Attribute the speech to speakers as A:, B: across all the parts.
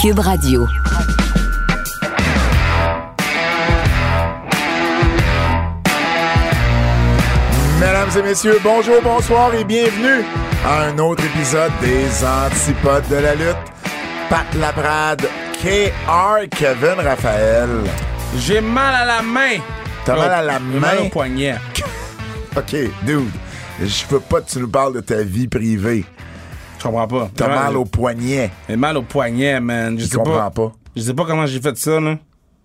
A: Cube Radio.
B: Mesdames et messieurs, bonjour, bonsoir et bienvenue à un autre épisode des Antipodes de la lutte. Pat Labrade, KR, Kevin Raphaël.
C: J'ai mal à la main.
B: T'as mal à la
C: J'ai mal
B: main?
C: au poignet.
B: OK, dude, je veux pas que tu nous parles de ta vie privée.
C: Je comprends pas.
B: T'as mal au poignet.
C: J'ai mal au poignet, man. Je
B: Je
C: sais pas.
B: comprends pas.
C: Je sais pas comment j'ai fait ça, là.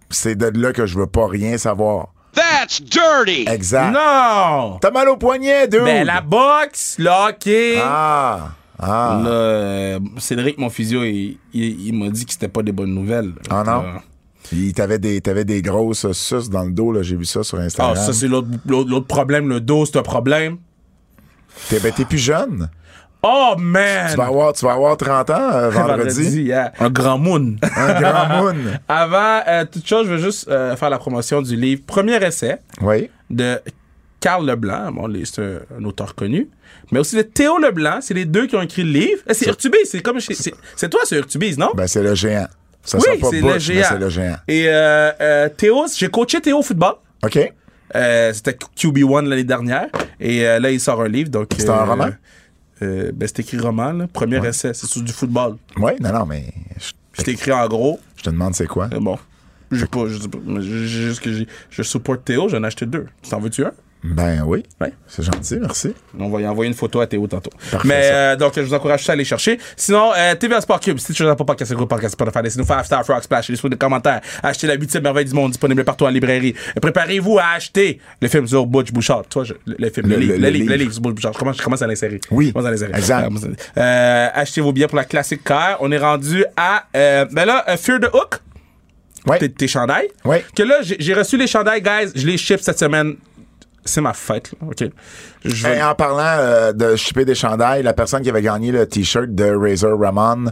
B: C'est de là que je veux pas rien savoir.
D: That's dirty.
B: Exact.
C: Non!
B: T'as mal au poignet, Ah. dude.
C: Ben, la boxe, le hockey.
B: Ah, ah.
C: Là, euh, Cédric, mon physio, il, il- il m'a dit que c'était pas des bonnes nouvelles.
B: Ah non?
C: Euh,
B: Puis t'avais des, t'avais des grosses suces dans le dos, là. J'ai vu ça sur
C: Ah,
B: Instagram.
C: ça, c'est l'autre l'autre- l'autre problème. Le dos, c'est un problème.
B: T'es, ben, t'es plus jeune.
C: Oh, man!
B: Tu vas avoir, tu vas avoir 30 ans euh, vendredi.
C: yeah. Un grand moon.
B: Un grand moon.
C: Avant euh, toute chose, je veux juste euh, faire la promotion du livre Premier essai.
B: Oui.
C: de Carl Leblanc, bon, les- c'est un, un auteur connu, mais aussi de Théo Leblanc, c'est les deux qui ont écrit le livre. Eh, C'est Urtubise, c'est comme chez- c'est c'est toi, c'est Urtubise, non?
B: Ben, c'est le géant. Ça sent pas
C: c'est
B: Bush,
C: le
B: mais
C: géant.
B: c'est le géant.
C: Et euh, euh, Théo, j'ai coaché Théo au football.
B: OK?
C: Euh, C'était QB1 l'année dernière. Et euh, là, il sort un livre. donc
B: C'est un roman?
C: euh, ben, c'est écrit roman, là. premier essai. C'est sur du football.
B: Oui, non, non, mais je,
C: C'est écrit en gros.
B: je te demande c'est quoi.
C: Euh, bon, je sais pas, je sais pas. mais j'ai- j'ai juste que j'ai- je supporte Théo, j'en ai acheté deux. T'en veux-tu un?
B: Ben oui.
C: Ouais.
B: C'est gentil, merci.
C: On va y envoyer une photo à Théo tantôt.
B: Parfait,
C: Mais
B: ça.
C: euh, donc, je vous encourage tous à aller chercher. Sinon, euh, TVA Sport Cube, si tu ne pas podcast, le groupe podcast, Spotify, laissez-nous faire Star Frog Splash, laissez-nous des commentaires. Achetez la 8 merveille du monde disponible partout en librairie. Euh, Préparez-vous à acheter le film sur Butch Bouchard. Toi, je- le, le film, le,
B: Le-
C: livre,
B: le-
C: le
B: le
C: livre, le
B: livre.
C: livre sur Butch Bouchard. Je commence, je commence à l'insérer.
B: Oui.
C: Je commence à l'insérer.
B: Exact.
C: Euh, euh, achetez vos billets pour la classique car. On est rendu à. Euh, ben là, euh, Fear the Hook
B: Oui.
C: tes, tes chandails.
B: Ouais.
C: Que là, j'ai j'ai reçu les chandails, guys. Je les ship cette semaine. C'est ma fête, là. OK. Je vais-
B: Hey, en parlant euh, de shipper des chandails, la personne qui avait gagné le t-shirt de Razor Ramon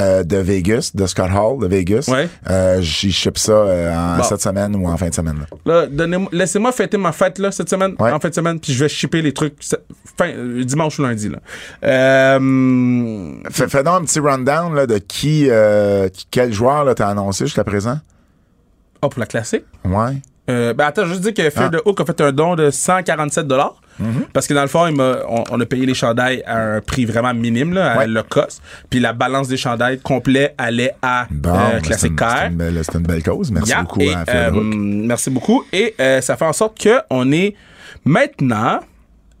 B: euh, de Vegas, de Scott Hall de Vegas,
C: Ouais.
B: euh, j'y ship ça euh, en
C: Bon.
B: cette semaine ou en fin de semaine. là.
C: Là, donnez-moi- laissez-moi fêter ma fête là, cette semaine,
B: Ouais.
C: en fin de semaine, puis je vais shipper les trucs ce- fin, euh, dimanche ou lundi. Là. Euh,
B: Fais, fais donc un petit rundown là, de qui, euh, qui- quel joueur là, t'as annoncé jusqu'à présent.
C: oh, pour la classique.
B: Ouais.
C: Euh, ben attends, je veux juste dire que Fear
B: Ah. Mm-hmm.
C: de Hook a fait un don de 147 dollars. Parce que dans le fond, il m'a- on, on a payé les chandails à un prix vraiment minime, là, à
B: Ouais.
C: le cost. Puis la balance des chandails complet allait à
B: Bon,
C: euh,
B: ben, c'est
C: Classic
B: une,
C: Car.
B: c'est une belle- c'est une belle cause. Merci
C: Yeah,
B: beaucoup hein,
C: et,
B: à Phil
C: euh,
B: Hook.
C: Merci beaucoup. Et euh, ça fait en sorte qu'on est maintenant.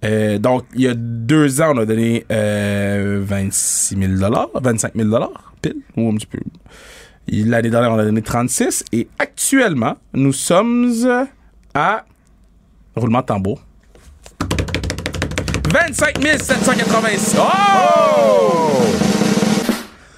C: euh, donc, il y a deux ans, on a donné euh, 26 000 25 000 pile, ou un petit peu. Et L'année dernière, on a donné 36. Et actuellement, nous sommes à. Roulement de tambour. 25 786. Oh!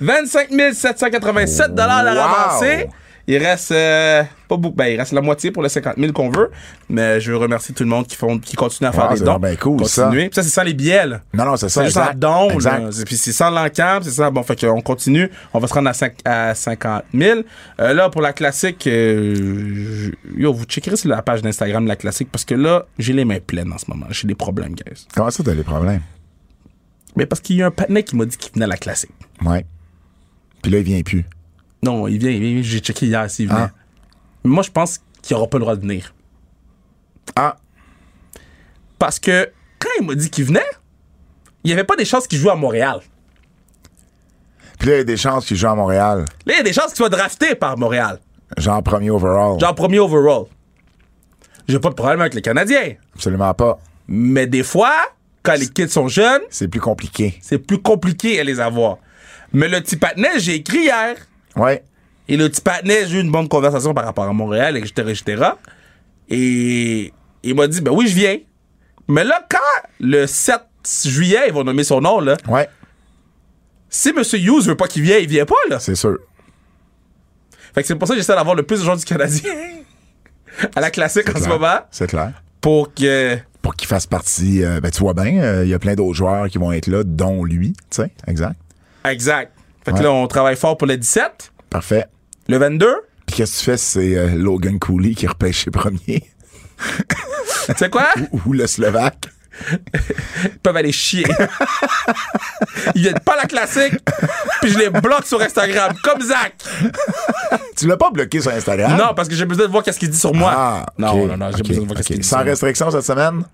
C: 25 787 dollars à
B: Wow!
C: ramasser. Il reste euh, pas beaucoup, ben, il reste la moitié pour les 50 000 qu'on veut, mais je veux remercier tout le monde qui font, qui continue à faire
B: Wow,
C: des
B: Ah, c'est
C: dons.
B: bien cool, ça.
C: Continuez. Puis ça, c'est sans les bielles. là.
B: Non, non, c'est ça.
C: C'est juste en
B: exact,
C: don,
B: exact.
C: là. C'est- Puis c'est sans l'encamp, c'est ça. Bon, fait qu'on continue. On va se rendre à, cinq- à 50 000. Euh, là, pour la classique, euh, je- yo, vous checkerez sur la page d'Instagram de la classique parce que là, j'ai les mains pleines en ce moment. J'ai des problèmes, guys.
B: Comment ça, t'as des problèmes?
C: Mais parce qu'il y a un patinet qui m'a dit qu'il venait à la classique.
B: Ouais. Puis là, il vient plus.
C: Non, il vient, il vient. J'ai checké hier s'il venait.
B: Ah.
C: Mais moi, je pense qu'il n'aura pas le droit de venir.
B: Ah,
C: Parce que quand il m'a dit qu'il venait, il n'y avait pas des chances qu'il joue à Montréal.
B: puis là, il y a des chances qu'il joue à Montréal.
C: Là, il y a des chances qu'il soit drafté par Montréal.
B: Genre premier overall.
C: Genre premier overall. J'ai pas de problème avec les Canadiens.
B: Absolument pas.
C: Mais des fois, quand les kids sont jeunes,
B: C'est plus compliqué.
C: c'est plus compliqué à les avoir. Mais le petit patinet, j'ai écrit hier.
B: Ouais.
C: Et le petit patinet, j'ai eu une bonne conversation par rapport à Montréal, etc., etc. Et il m'a dit, ben oui, je viens. Mais là, quand le 7 juillet, ils vont nommer son nom, là,
B: Ouais.
C: si M. Hughes veut pas qu'il vienne, il vient pas, là.
B: C'est sûr.
C: Fait que c'est pour ça que j'essaie d'avoir le plus de gens du Canadien à la classique en ce
B: Clair.
C: moment
B: C'est clair.
C: pour que.
B: Pour qu'il fasse partie, euh, ben tu vois bien, euh, il y a plein d'autres joueurs qui vont être là, dont lui, tu sais, exact.
C: Exact. Fait que
B: Ouais.
C: là, on travaille fort pour le 17,
B: Parfait.
C: le 22.
B: Puis qu'est-ce que tu fais si c'est euh, Logan Cooley qui repêche chez premier
C: Tu sais quoi?
B: ou le Slovaque?
C: Ils peuvent aller chier. Ils viennent pas à la classique, puis je les bloque sur Instagram, comme Zach.
B: Tu l'as pas bloqué sur Instagram?
C: Non, parce que j'ai besoin de voir qu'est-ce qu'il dit sur moi.
B: Ah,
C: non,
B: ok,
C: non, non, j'ai
B: ok,
C: besoin de voir
B: ok.
C: qu'est-ce qu'il dit
B: Sans
C: sur moi.
B: restriction cette semaine,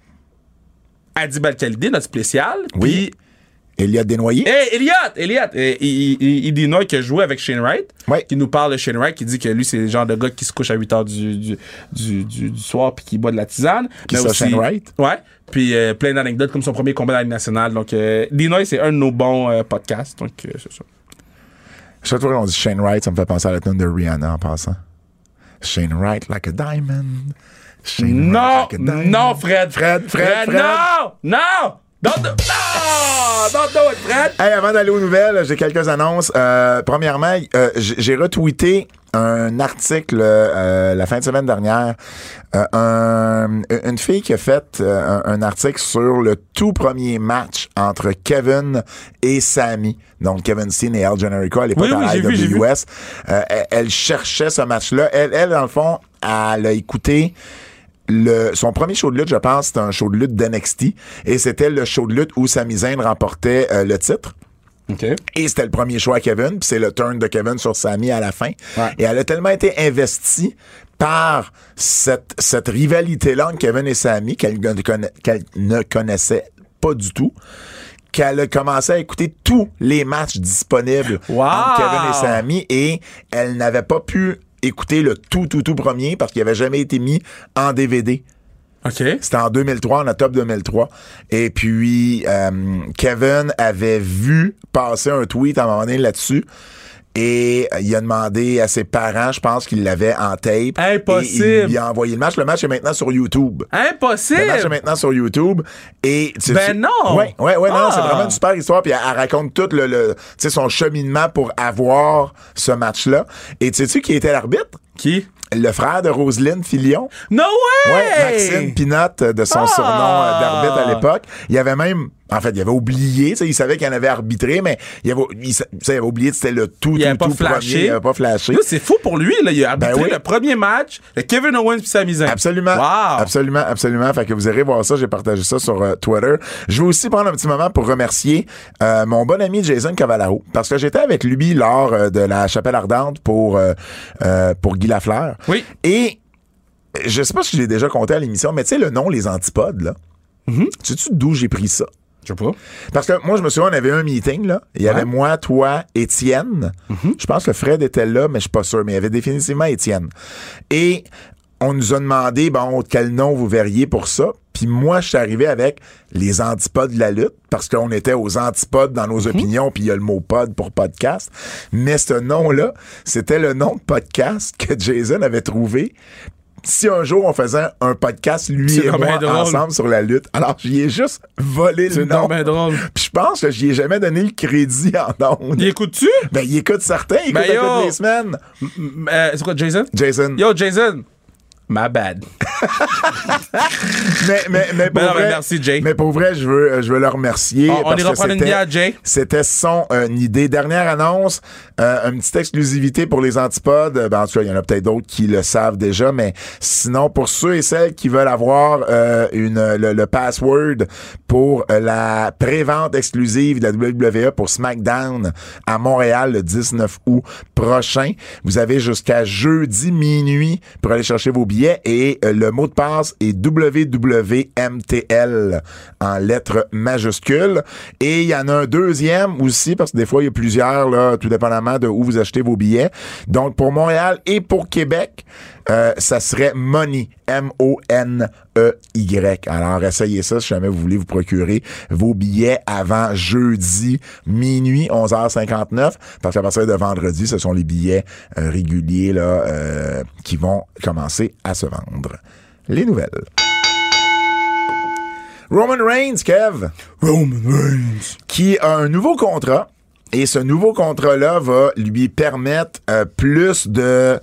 C: Adi Balkalidé, notre spécial.
B: Ah. Oui.
C: Puis,
B: il y a Desnoyers.
C: Hey, Elliot! Elliot! Eh, Il, il, il dit non qui a joué avec Shane Wright.
B: Ouais.
C: Qui nous parle de Shane Wright, qui dit que lui, c'est le genre de gars qui se couche à 8 h du, du, du, du, du soir puis qui boit de la tisane.
B: Qui ça, Shane Wright?
C: Ouais. Puis euh, plein d'anecdotes comme son premier combat dans la Ligue nationale. Donc, euh, Dinoy, c'est un de nos bons euh, podcasts. Donc, euh, c'est ça.
B: Je sais pas pourquoi on dit Shane Wright, ça me fait penser à la tune de Rihanna en passant. Shane Wright like a diamond. Shane
C: Non!
B: Wright like a diamond.
C: Non, Fred!
B: Fred, Fred, Fred.
C: Non! Non! Don't do, non! Don't do it, Fred!
B: Hey, avant d'aller aux nouvelles, j'ai quelques annonces. Euh, premièrement, euh, j- j'ai retweeté un article euh, la fin de semaine dernière. Euh, un- une fille qui a fait euh, un, un article sur le tout premier match entre Kevin et Sammy. Donc Kevin Steen et El Generico à l'époque
C: Oui, oui,
B: à
C: j'ai vu, j'ai vu.
B: IWS. Euh, elle, elle cherchait ce match-là. Elle, elle, dans le fond, elle a écouté le, son premier show de lutte, je pense, c'était un show de lutte d'NXT. Et c'était le show de lutte où Sami Zayn remportait euh, le titre.
C: OK.
B: Et c'était le premier choix à Kevin, puis c'est le turn de Kevin sur Sami à la fin.
C: Ouais.
B: Et elle a tellement été investie par cette, cette rivalité-là entre Kevin et Sami qu'elle ne, conna- qu'elle ne connaissait pas du tout, qu'elle a commencé à écouter tous les matchs disponibles
C: Wow!
B: entre Kevin et Sami et elle n'avait pas pu écouter le tout, tout, tout premier parce qu'il n'avait jamais été mis en DVD.
C: OK.
B: C'était en 2003, en octobre 2003. Et puis, euh, Kevin avait vu passer un tweet à un moment donné là-dessus. Et euh, il a demandé à ses parents, je pense qu'il l'avait en tape.
C: Impossible.
B: Et il lui a envoyé le match. Le match est maintenant sur YouTube. Le match est
C: Impossible!
B: maintenant sur YouTube. Et tu-
C: Ben
B: tu-
C: non!
B: Ouais, ouais, ouais, non,
C: Ah!
B: c'est vraiment une super histoire. Puis elle, elle raconte tout le, le- tu sais, son cheminement pour avoir ce match-là. Et tu sais-tu qui était l'arbitre?
C: Qui?
B: Le frère de Roselyne Filion.
C: No way!
B: Ouais, Maxime Pinotte, euh, de son
C: Ah!
B: surnom euh, d'arbitre à l'époque. Il avait même, en fait, il avait oublié, tu sais, il savait qu'il en avait arbitré, mais il avait, il, sa- tu sais, il avait oublié que c'était le tout,
C: Il
B: tout,
C: avait pas
B: tout premier.
C: flashé.
B: Il avait pas flashé.
C: Là, c'est fou pour lui. Là. Il a arbitré
B: Ben oui.
C: le premier match de Kevin Owens puis Sami Zayn.
B: Absolument.
C: Wow.
B: Absolument, absolument. Fait que vous irez voir ça. J'ai partagé ça sur euh, Twitter. Je veux aussi prendre un petit moment pour remercier euh, mon bon ami Jason Cavallaro. Parce que j'étais avec lui lors euh, de la Chapelle Ardente pour, euh, euh, pour Guy Lafleur.
C: Oui.
B: Et je sais pas si je l'ai déjà compté à l'émission, mais tu sais, le nom, les antipodes, là.
C: Mm-hmm.
B: Sais-tu d'où j'ai pris ça?
C: Je sais pas.
B: Parce que moi, je me souviens, on avait un meeting, là. Il y avait moi, toi, Étienne.
C: Mhm.
B: Je pense que Fred était là, mais je suis pas sûr. Mais il y avait définitivement Étienne. Et on nous a demandé, bon, quel nom vous verriez pour ça. Puis moi, je suis arrivé avec les antipodes de la lutte, parce qu'on était aux antipodes dans nos
C: Mhm.
B: opinions, puis il y a le mot pod pour podcast. Mais ce nom-là, c'était le nom de podcast que Jason avait trouvé. Si un jour on faisait un podcast, lui
C: C'est
B: et
C: donc
B: moi,
C: bien drôle.
B: ensemble sur la lutte. Alors, j'y ai juste volé le
C: C'est
B: nom.
C: donc bien ben, drôle.
B: Puis je pense que j'y ai jamais donné le crédit en
C: Il
B: ondes.
C: écoute-tu?
B: Ben, il écoute certains, il
C: Ben,
B: écoute à
C: yo.
B: toutes les semaines.
C: M- euh, c'est quoi, Jason?
B: Jason.
C: Yo, Jason. My bad.
B: Mais, mais, mais pour
C: Ben non, mais
B: vrai,
C: merci, Jay.
B: Mais pour vrai, je veux, euh, je veux le remercier.
C: On- on
B: parce
C: ira
B: que
C: prendre une
B: c'était-
C: bière, Jay.
B: C'était son euh, idée. Dernière annonce, euh, une petite exclusivité pour les antipodes. Ben, en tout cas, il y en a peut-être d'autres qui le savent déjà, mais sinon, pour ceux et celles qui veulent avoir euh, une, le, le password pour euh, la prévente exclusive de la WWE pour SmackDown à Montréal le 19 août prochain, vous avez jusqu'à jeudi minuit pour aller chercher vos billets et euh, le mot de passe est WWMTL en lettres majuscules. Et il y en a un deuxième aussi, parce que des fois, il y a plusieurs, là, tout dépendamment de où vous achetez vos billets. Donc, pour Montréal et pour Québec, euh, ça serait Money, M-O-N-E-Y. E Alors, essayez ça si jamais vous voulez vous procurer vos billets avant jeudi minuit, 11h59, parce qu'à partir de vendredi, ce sont les billets euh, réguliers là, euh, qui vont commencer à se vendre. Les nouvelles. Roman Reigns, Kev,
C: Roman Reigns.
B: qui a un nouveau contrat. Et ce nouveau contrat-là va lui permettre euh, plus de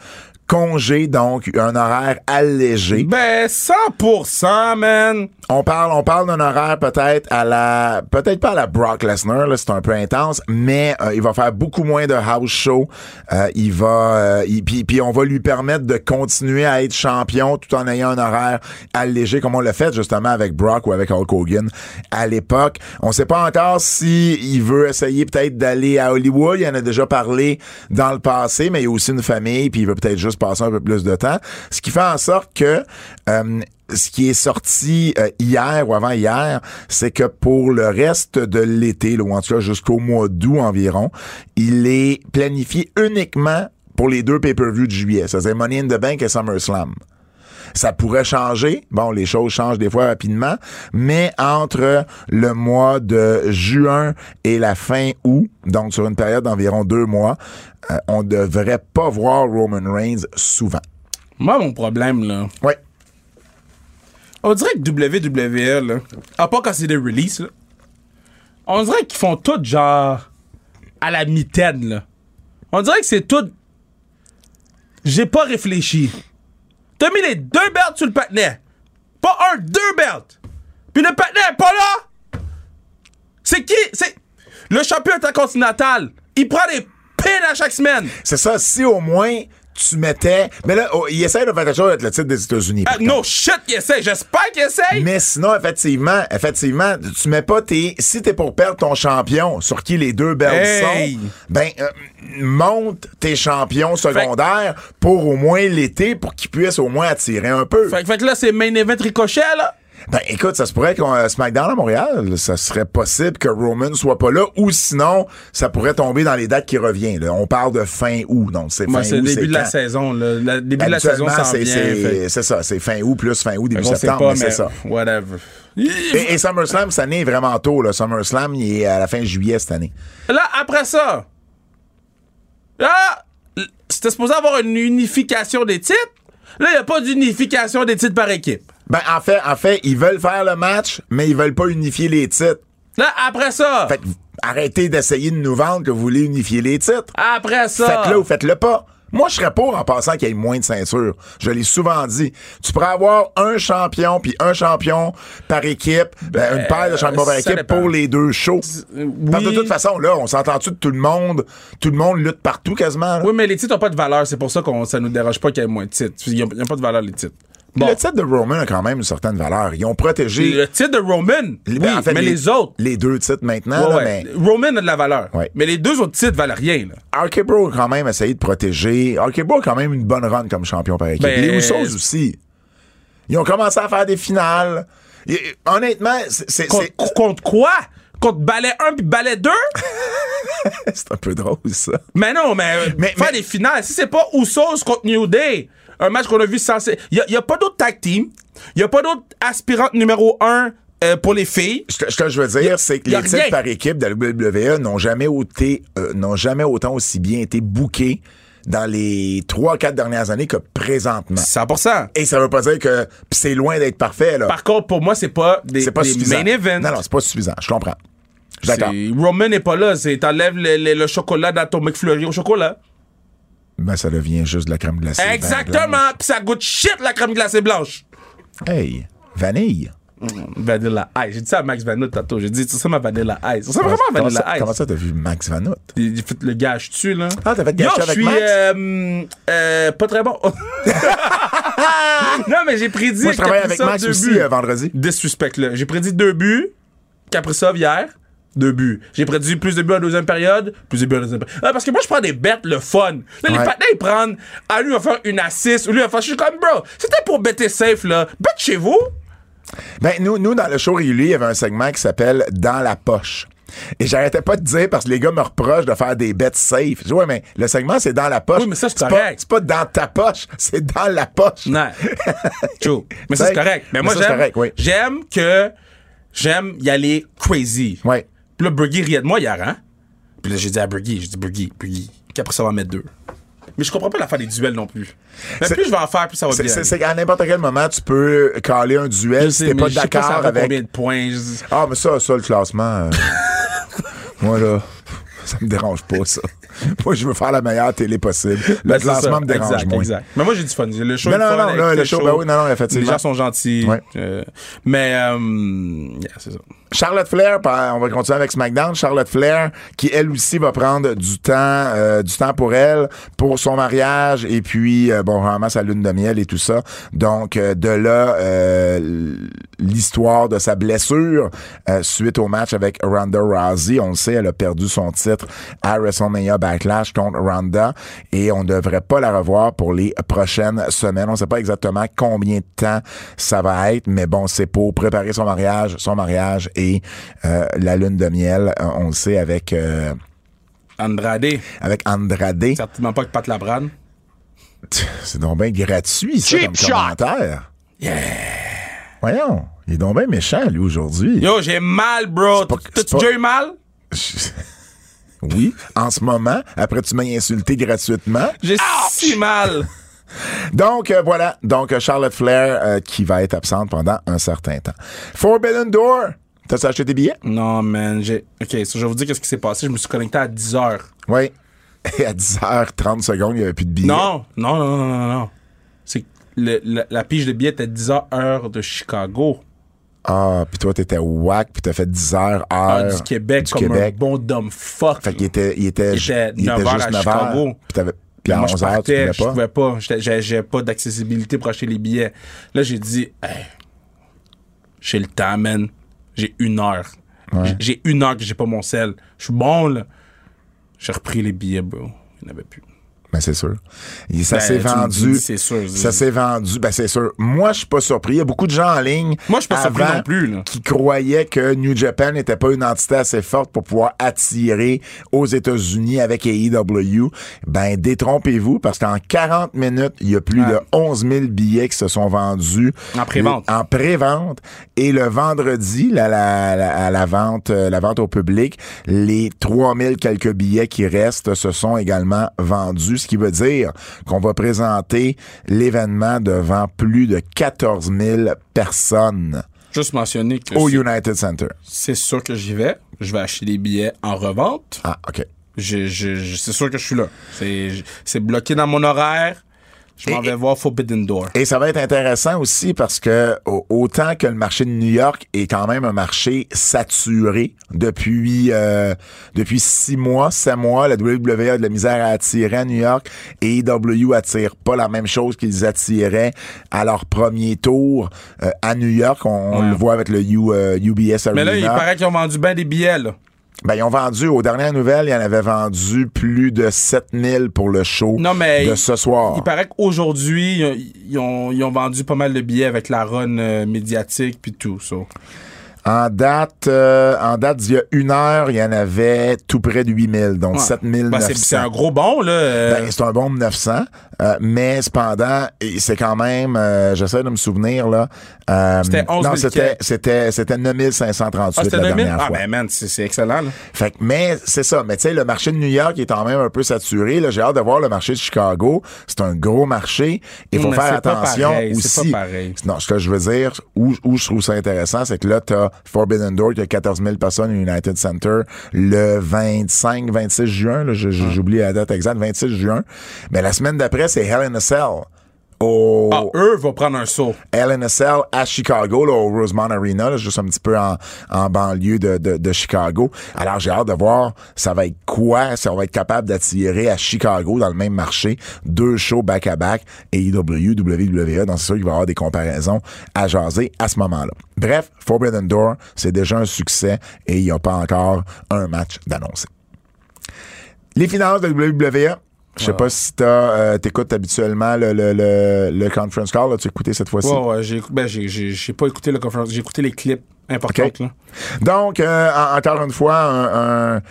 B: congé, donc un horaire allégé.
C: Ben, 100%, man.
B: On parle, on parle d'un horaire peut-être à la, peut-être pas à la Brock Lesnar, là, c'est un peu intense, mais euh, il va faire beaucoup moins de house show. Euh, il va, euh, il- puis puis on va lui permettre de continuer à être champion tout en ayant un horaire allégé, comme on l'a fait justement avec Brock ou avec Hulk Hogan à l'époque. On sait pas encore si il veut essayer peut-être d'aller à Hollywood. Il en a déjà parlé dans le passé, mais il y a aussi une famille, puis il veut peut-être juste passer un peu plus de temps, ce qui fait en sorte que euh, ce qui est sorti euh, hier ou avant hier, c'est que pour le reste de l'été, là, ou en tout cas jusqu'au mois d'août environ, il est planifié uniquement pour les deux pay-per-views de juillet. Ça c'est Money in the Bank et SummerSlam. Ça pourrait changer. Bon, les choses changent des fois rapidement, mais entre le mois de juin et la fin août, donc sur une période d'environ deux mois, euh, on devrait pas voir Roman Reigns souvent.
C: Moi, mon problème, là,
B: Oui.
C: on dirait que WWE, là, à part quand c'est des releases, là, on dirait qu'ils font tout genre à la mitaine, là. On dirait que c'est tout. J'ai pas réfléchi. T'as mis les deux belts sur le patinet. Pas un, deux belts. Puis le patinet est pas là. C'est qui? C'est. Le champion intercontinental. Il prend des pins à chaque semaine.
B: C'est ça, si au moins tu mettais. Mais là, oh, il essaie de faire quelque chose avec le titre des États-Unis.
C: Ah,
B: par contre.
C: no shit, il essaie. J'espère qu'il essaie.
B: Mais sinon, effectivement, effectivement, tu mets pas tes. Si t'es pour perdre ton champion, sur qui les deux belles
C: Hey!
B: sont, ben euh, monte tes champions secondaires pour au moins l'été, pour qu'ils puissent au moins attirer un peu.
C: Fait, fait que là, c'est main event ricochet, là.
B: Ben écoute, ça se pourrait qu'on euh, SmackDown à Montréal, ça serait possible que Roman soit pas là, ou sinon, ça pourrait tomber dans les dates qui reviennent. là. On parle de fin août, donc c'est fin
C: Moi, c'est
B: août,
C: le début de la
B: quand?
C: saison. Le, le début de la saison
B: Habituellement,
C: s'en
B: c'est-
C: vient. fait-
B: c'est- c'est ça, c'est fin août plus fin août, début
C: on sait
B: septembre,
C: pas,
B: mais c'est
C: mais
B: ça.
C: Whatever.
B: Et, et SummerSlam, cette année est vraiment tôt. Là. SummerSlam, il est à la fin juillet cette année.
C: Là, après ça, là, c'était supposé avoir une unification des titres. Là, il n'y a pas d'unification des titres par équipe.
B: Ben, en fait, en fait, ils veulent faire le match, mais ils veulent pas unifier les titres.
C: Là, après ça,
B: Fait que vous- arrêtez d'essayer de nous vendre que vous voulez unifier les titres.
C: après ça,
B: Faites-le ou faites-le pas. Moi, je serais pour en passant qu'il y ait moins de ceintures. Je l'ai souvent dit. Tu pourrais avoir un champion puis un champion par équipe, ben, une paire de champions par
C: ça
B: équipe
C: dépend.
B: pour les deux shows.
C: euh,
B: Parce que
C: oui.
B: de toute façon, là, on s'entend-tu de tout le monde? Tout le monde lutte partout quasiment. là?
C: oui, mais les titres n'ont pas de valeur. C'est pour ça qu'on ça nous dérange pas qu'il y ait moins de titres. Il n'y a, il y a pas de valeur, les titres. Bon.
B: Le titre de Roman a quand même une certaine valeur. Ils ont protégé.
C: Le titre de Roman, oui,
B: Ben, en fait,
C: mais les, autres.
B: Les deux titres maintenant,
C: Ouais,
B: là,
C: ouais.
B: mais
C: Roman a de la valeur.
B: Ouais.
C: Mais les deux autres titres valent rien. Là.
B: RK Bro a quand même essayé de protéger. RK Bro a quand même une bonne run comme champion par équipe.
C: Ben-
B: Les Usos aussi. Ils ont commencé à faire des finales. Et- et- honnêtement, c'est- c'est
C: Contre,
B: c'est-
C: contre quoi? Contre balai 1 puis balai 2?
B: c'est un peu drôle, ça.
C: mais non, mais, euh,
B: Mais-
C: faire
B: mais-
C: des finales, si c'est pas Usos contre New Day, un match qu'on a vu sans... Il n'y a, pas d'autre tag team. Il n'y a pas d'autre aspirante numéro 1 pour les filles.
B: Ce que- ce que je veux dire, c'est que
C: y a
B: les titres
C: rien.
B: par équipe de la WWE n'ont jamais, été, euh, n'ont jamais autant aussi bien été bookés dans les 3-4 dernières années que présentement.
C: 100%.
B: Et ça veut pas dire que pis c'est loin d'être parfait, là.
C: Par contre, pour moi, c'est pas des,
B: c'est pas
C: des
B: suffisant.
C: main events.
B: Non, non, c'est pas suffisant. Je comprends. Je suis
C: C'est-
B: D'accord.
C: Roman n'est pas là. C'est t'enlèves le, le- le chocolat dans ton McFlurry au chocolat.
B: Ben, ça devient juste de la crème glacée. ben
C: Exactement. Puis ça goûte shit la crème glacée blanche.
B: blanche. Hey, vanille.
C: Vanilla Ice. J'ai dit ça à Max Vanout tantôt. J'ai dit, c'est ça ma Vanilla Ice. C'est vraiment
B: Comment-
C: Vanilla
B: comment ça-
C: Ice.
B: Comment ça, t'as vu Max Vanout?
C: Il- il fait le gage dessus, là.
B: Ah, t'as fait gâcher
C: Yo,
B: avec
C: je suis,
B: Max?
C: euh, euh, pas très bon. non, mais j'ai prédit.
B: Moi, je travaille avec
C: Kaprizov
B: Max
C: deux
B: aussi
C: buts.
B: euh, vendredi.
C: Des suspects, là. J'ai prédit deux buts. Kaprizov hier. Deux buts. J'ai prédit plus de buts en deuxième période, plus de buts en deuxième période. Ah, parce que moi, je prends des bêtes, le fun. Là, les
B: Ouais.
C: patins, ils prennent. Ah, lui, il va faire une assist. Ou lui, il va faire. Je suis comme, bro, c'était pour bêter safe, là. Bête chez vous.
B: Ben, nous, nous, dans le show régulier, il y avait un segment qui s'appelle Dans la poche. Et j'arrêtais pas de dire parce que les gars me reprochent de faire des bets safe. Je dis, ouais, mais le segment, c'est dans la poche.
C: Oui, mais ça, c'est
B: pas-
C: correct.
B: C'est pas dans ta poche, c'est dans la poche.
C: Non. True. Mais ça, c'est correct. Mais
B: Mais
C: moi,
B: ça, c'est
C: j'aime
B: correct, oui.
C: j'aime que. J'aime y aller crazy.
B: Ouais.
C: Puis là, Bruggy riait de moi hier, hein? Puis là, j'ai dit à Bruggy, j'ai dit Bruggy, Bruggy. Qu'après, ça va en mettre deux. Mais je comprends pas l'affaire des duels non plus. Mais
B: C'est-
C: plus je vais en faire, plus ça va
B: C'est-
C: bien.
B: C'est c'est qu'à n'importe quel moment, tu peux caler un duel si t'es pas d'accord
C: Combien
B: avec.
C: de points? je-
B: Ah, mais ça, ça, le classement. euh, Moi, là. ça me dérange pas, ça. Moi, je veux faire la meilleure télé possible. Le
C: Ben, c'est
B: lancement
C: ça.
B: me dérange
C: exact,
B: moins.
C: exact. Mais moi, j'ai du fun. Le show
B: Non,
C: est
B: non,
C: fun,
B: non,
C: avec
B: non,
C: le
B: le show,
C: show.
B: ben oui, non, non, effectivement.
C: Les gens sont gentils.
B: Ouais.
C: euh, mais, euh, yeah, c'est ça.
B: Charlotte Flair, par- on va continuer avec SmackDown. Charlotte Flair, qui elle aussi va prendre du temps, euh, du temps pour elle, pour son mariage, et puis euh, bon, vraiment sa lune de miel et tout ça. Donc euh, de là euh, l'histoire de sa blessure euh, suite au match avec Ronda Rousey. On le sait, elle a perdu son titre à WrestleMania Backlash contre Ronda, et on ne devrait pas la revoir pour les prochaines semaines. On ne sait pas exactement combien de temps ça va être, mais bon, c'est pour préparer son mariage, son mariage et euh, la lune de miel, euh, on le sait, avec, euh,
C: Andrade,
B: avec Andrade.
C: certainement pas que Pat Labrade.
B: C'est donc bien gratuit, ça,
A: Cheap
B: comme
A: shot.
B: commentaire. Voyons, il est donc bien méchant, lui, aujourd'hui.
C: Yo, j'ai mal, bro.
B: pas-
C: T'as
B: c'est pas-
C: déjà eu mal?
B: Oui, en ce moment. Après, tu m'as insulté gratuitement.
C: J'ai si mal.
B: Donc euh, voilà, donc euh, Charlotte Flair euh, qui va être absente pendant un certain temps. Forbidden Door, t'as acheté tes billets
C: Non, man. j'ai- Ok, so, je vais vous dire qu'est-ce qui s'est passé. Je me suis connecté à 10 h
B: Oui. Et à 10h30 secondes, il n'y avait plus de billets.
C: Non, non, non, non, non, non. C'est que le- la, la pige de billets était 10 h heure de Chicago.
B: Ah, puis toi t'étais whack, puis t'as fait 10h
C: Heure
B: heure
C: Ah, euh, du Québec
B: du
C: comme
B: Québec.
C: un bon dumb fuck.
B: Fait qu'il était il était,
C: Il
B: ju-
C: était
B: il était
C: 9h
B: juste
C: à
B: 9h.
C: Chicago.
B: Puis t'avais puis à
C: moi, je
B: 11h tu
C: partais,
B: pouvais
C: je
B: pas.
C: pouvais pas. J'étais- J'avais j'avais pas d'accessibilité pour acheter les billets. Là, j'ai dit, hey, j'ai le temps, man. J'ai une heure. J'ai- J'ai une heure que j'ai pas mon sel. Je suis bon, là. J'ai repris les billets, bro. Il n'y en avait plus.
B: Ben, c'est sûr. Il- ça
C: Ben,
B: s'est
C: tu me
B: vendu.
C: dis, c'est sûr.
B: Ça s'est vendu. Ben, c'est sûr. Moi, je suis pas surpris. Il y a beaucoup de gens en ligne.
C: Moi, je suis pas surpris
B: avant
C: non plus, là.
B: Qui croyaient que New Japan n'était pas une entité assez forte pour pouvoir attirer aux États-Unis avec AEW. Ben, détrompez-vous parce qu'en 40 minutes, il y a plus
C: Ouais.
B: de 11 000 billets qui se sont vendus.
C: En pré-vente.
B: En pré-vente. Et le vendredi, la, la, la, à la vente, euh, la vente au public, les 3000 quelques billets qui restent se sont également vendus, ce qui veut dire qu'on va présenter l'événement devant plus de 14 000 personnes
C: Juste mentionner que
B: au
C: c'est-
B: United Center.
C: c'est sûr que j'y vais. Je vais acheter des billets en revente.
B: Ah, OK.
C: Je- je- je- c'est sûr que je suis là. C'est je- c'est bloqué dans mon horaire. Je m'en
B: Et-
C: vais voir Forbidden Door.
B: Et ça va être intéressant aussi parce que au- autant que le marché de New York est quand même un marché saturé depuis euh, depuis six mois, sept mois, la WWE a de la misère à attirer à New York et EW attire pas la même chose qu'ils attiraient à leur premier tour euh, à New York. On, on
C: Ouais.
B: le voit avec le U- euh, UBS Arena.
C: Mais là, il paraît qu'ils ont vendu bien des billets, là.
B: Ben, ils ont vendu, aux dernières nouvelles, ils en avaient vendu plus de 7000 pour le show
C: Non, mais
B: de
C: il-
B: ce soir.
C: Il paraît qu'aujourd'hui, ils ont- ils ont, ils ont vendu pas mal de billets avec la run euh, médiatique puis tout. so.
B: En date, euh, en date d'il y a une heure, il y en avait tout près de 8000, donc
C: Ouais.
B: 7900.
C: Ben, c'est- c'est un gros bon, là. euh,
B: Ben, c'est un bon 900, euh, mais cependant, et c'est quand même, euh, j'essaie de me souvenir, là. euh,
C: C'était 11 000
B: Non, c'était,
C: quelque.
B: c'était, c'était 9538
C: ah, c'était
B: la
C: 2000?
B: dernière
C: Ah,
B: fois.
C: ben, man, c'est c'est excellent, là.
B: Fait que, mais c'est ça. Mais tu sais, le marché de New York est quand même un peu saturé. Là, j'ai hâte de voir le marché de Chicago. C'est un gros marché. Il faut
C: Mais
B: faire
C: c'est pas
B: attention
C: pareil, c'est
B: aussi.
C: pas pareil.
B: Non, ce que je veux dire, où, où je trouve ça intéressant, c'est que là, t'as Forbidden Door, qui a 14 000 personnes au United Center le 25, 26 juin. là, je- je-
C: Ah.
B: j'oublie la date exacte, 26 juin. Mais la semaine d'après, c'est Hell in a Cell. Au
C: Ah, eux vont prendre un saut.
B: LNSL à Chicago, là, au Rosemont Arena, là, juste un petit peu en, en banlieue de, de- de Chicago. Alors, j'ai hâte de voir ça va être quoi, si on va être capable d'attirer à Chicago, dans le même marché, deux shows back-à-back, et IW, WWE. Donc, c'est sûr qu'il va y avoir des comparaisons à jaser à ce moment-là. Bref, Forbidden Door, c'est déjà un succès et il n'y a pas encore un match d'annoncé. Les finances de WWE. Je sais pas si t'as, euh, t'écoutes habituellement le, le, le, le conference call. Là, tu as écouté cette fois-ci.
C: Ouais, ouais, j'ai ben, j'ai- j'ai- j'ai pas écouté le conférence, j'ai écouté les clips importants,
B: Ok.
C: là.
B: Donc, euh, en- encore une fois, un, un,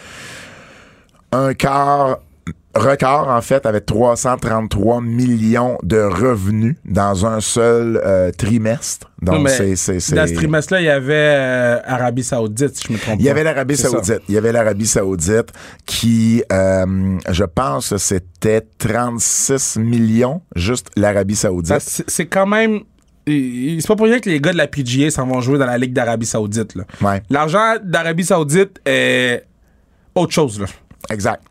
B: un quart record, en fait, avec 333 millions de revenus dans un seul euh, trimestre.
C: Non,
B: Donc,
C: mais
B: c'est... c'est- c'est-
C: Dans ce trimestre-là, il y avait euh, Arabie Saoudite, si je me trompe
B: Il y
C: pas.
B: avait l'Arabie
C: C'est ça.
B: Saoudite. Il y avait l'Arabie Saoudite qui, euh, je pense, que c'était 36 millions, juste l'Arabie
C: Ça,
B: Saoudite.
C: Ah, C'est c'est quand même. il- il- C'est pas pour rien que les gars de la PGA s'en vont jouer dans la Ligue d'Arabie Saoudite. là.
B: Ouais.
C: L'argent d'Arabie Saoudite est autre chose. Là.
B: Exact.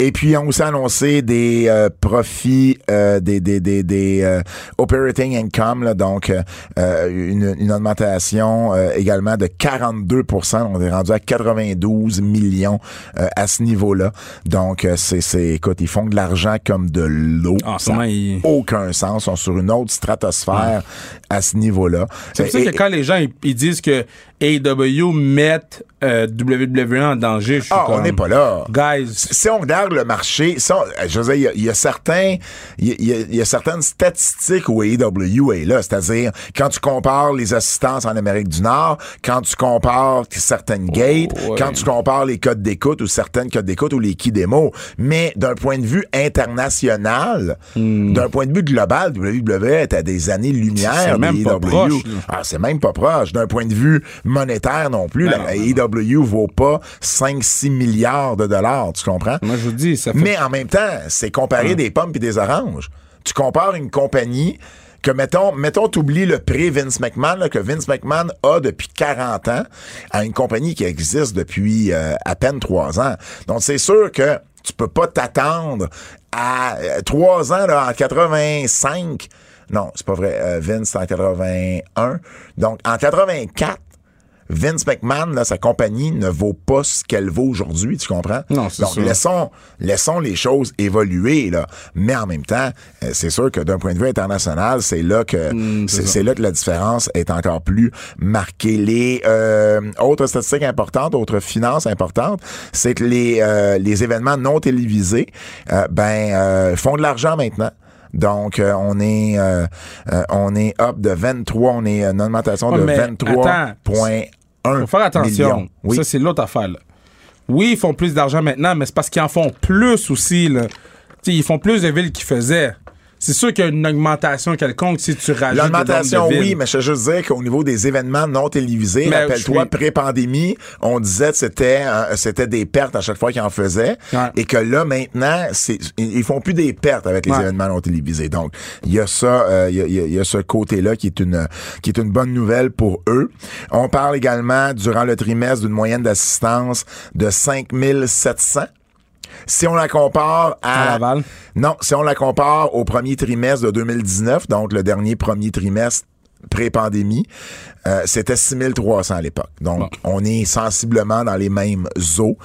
B: Et puis, ils ont aussi annoncé des euh, profits, euh, des, des, des, des euh, operating income, là, donc euh, une, une augmentation euh, également de 42 On est rendu à 92 millions euh, à ce niveau-là. Donc, euh, c'est, c'est, écoute, ils font de l'argent comme de l'eau.
C: En ce
B: Ça
C: moment, ils-
B: aucun sens. Ils sont sur une autre stratosphère à ce niveau-là.
C: C'est pour ça
B: Et-
C: que quand les gens ils, ils disent que AEW mettent euh, WWE en danger, je suis
B: Ah, on
C: comme,
B: n'est pas là.
C: Guys,
B: si on regarde le marché, si on- euh, je veux dire, il y a- il y, a certains, il y a, il y a certaines statistiques où AEW est là, c'est-à-dire quand tu compares les assistances en Amérique du Nord, quand tu compares certaines gates,
C: Oh, ouais.
B: quand tu compares les codes d'écoute ou certaines codes d'écoute ou les qui démos, mais d'un point de vue international,
C: Hmm.
B: d'un point de vue global, WWE est à des années-lumière
C: C'est même
B: de
C: pas
B: AEW.
C: proche, là.
B: Ah, c'est même pas proche. D'un point de vue monétaire non plus,
C: Ben non,
B: la
C: ben
B: AEW vaut pas 5-6 milliards de dollars, tu comprends?
C: moi je vous dis, ça fait Hein.
B: Mais en même temps, c'est comparer des pommes et des oranges. Tu compares une compagnie que, mettons, mettons, t'oublies le prix Vince McMahon, là, que Vince McMahon a depuis 40 ans, à une compagnie qui existe depuis euh, à peine 3 ans. Donc, c'est sûr que tu peux pas t'attendre à 3 ans, là, en 85. Non, c'est pas vrai. Euh, Vince, c'est en 81. Donc, en 84, Vince McMahon, là, sa compagnie ne vaut pas ce qu'elle vaut aujourd'hui, tu comprends?
C: Non, c'est
B: Donc,
C: sûr.
B: laissons, laissons les choses évoluer, là. Mais en même temps, euh, c'est sûr que d'un point de vue international, c'est là que
C: Mm,
B: c'est c'est là que la différence est encore plus marquée. Les euh, autres statistiques importantes, autres finances importantes, c'est que les, euh, les événements non télévisés, euh, ben, euh, font de l'argent maintenant. Donc, euh, on est euh, euh, on est up de 23, on est euh, une augmentation
C: Ouais,
B: de
C: mais
B: 23,1
C: faut faire attention.
B: millions. Oui.
C: Ça c'est l'autre affaire. là. Oui, ils font plus d'argent maintenant, mais c'est parce qu'ils en font plus aussi là. Tu sais, ils font plus de villes qu'ils faisaient. C'est sûr qu'il y a une augmentation quelconque si tu rajoutes le nombre de
B: L'augmentation,
C: villes.
B: oui, mais je veux juste dire qu'au niveau des événements non télévisés,
C: Mais
B: rappelle-toi,
C: je suis-
B: pré-pandémie, on disait que c'était euh, c'était des pertes à chaque fois qu'ils en faisaient,
C: Ouais.
B: et que là maintenant, c'est ils ils font plus des pertes avec les
C: Ouais.
B: événements non télévisés. Donc il y a ça, euh, il y, a- il y a- il y a ce côté-là qui est une qui est une bonne nouvelle pour eux. On parle également durant le trimestre d'une moyenne d'assistance de 5700 si on la compare à,
C: À Laval?
B: Non, si on la compare au premier trimestre de 2019, donc le dernier premier trimestre pré-pandémie, euh, c'était 6300 à l'époque. Donc, on est sensiblement dans les mêmes eaux.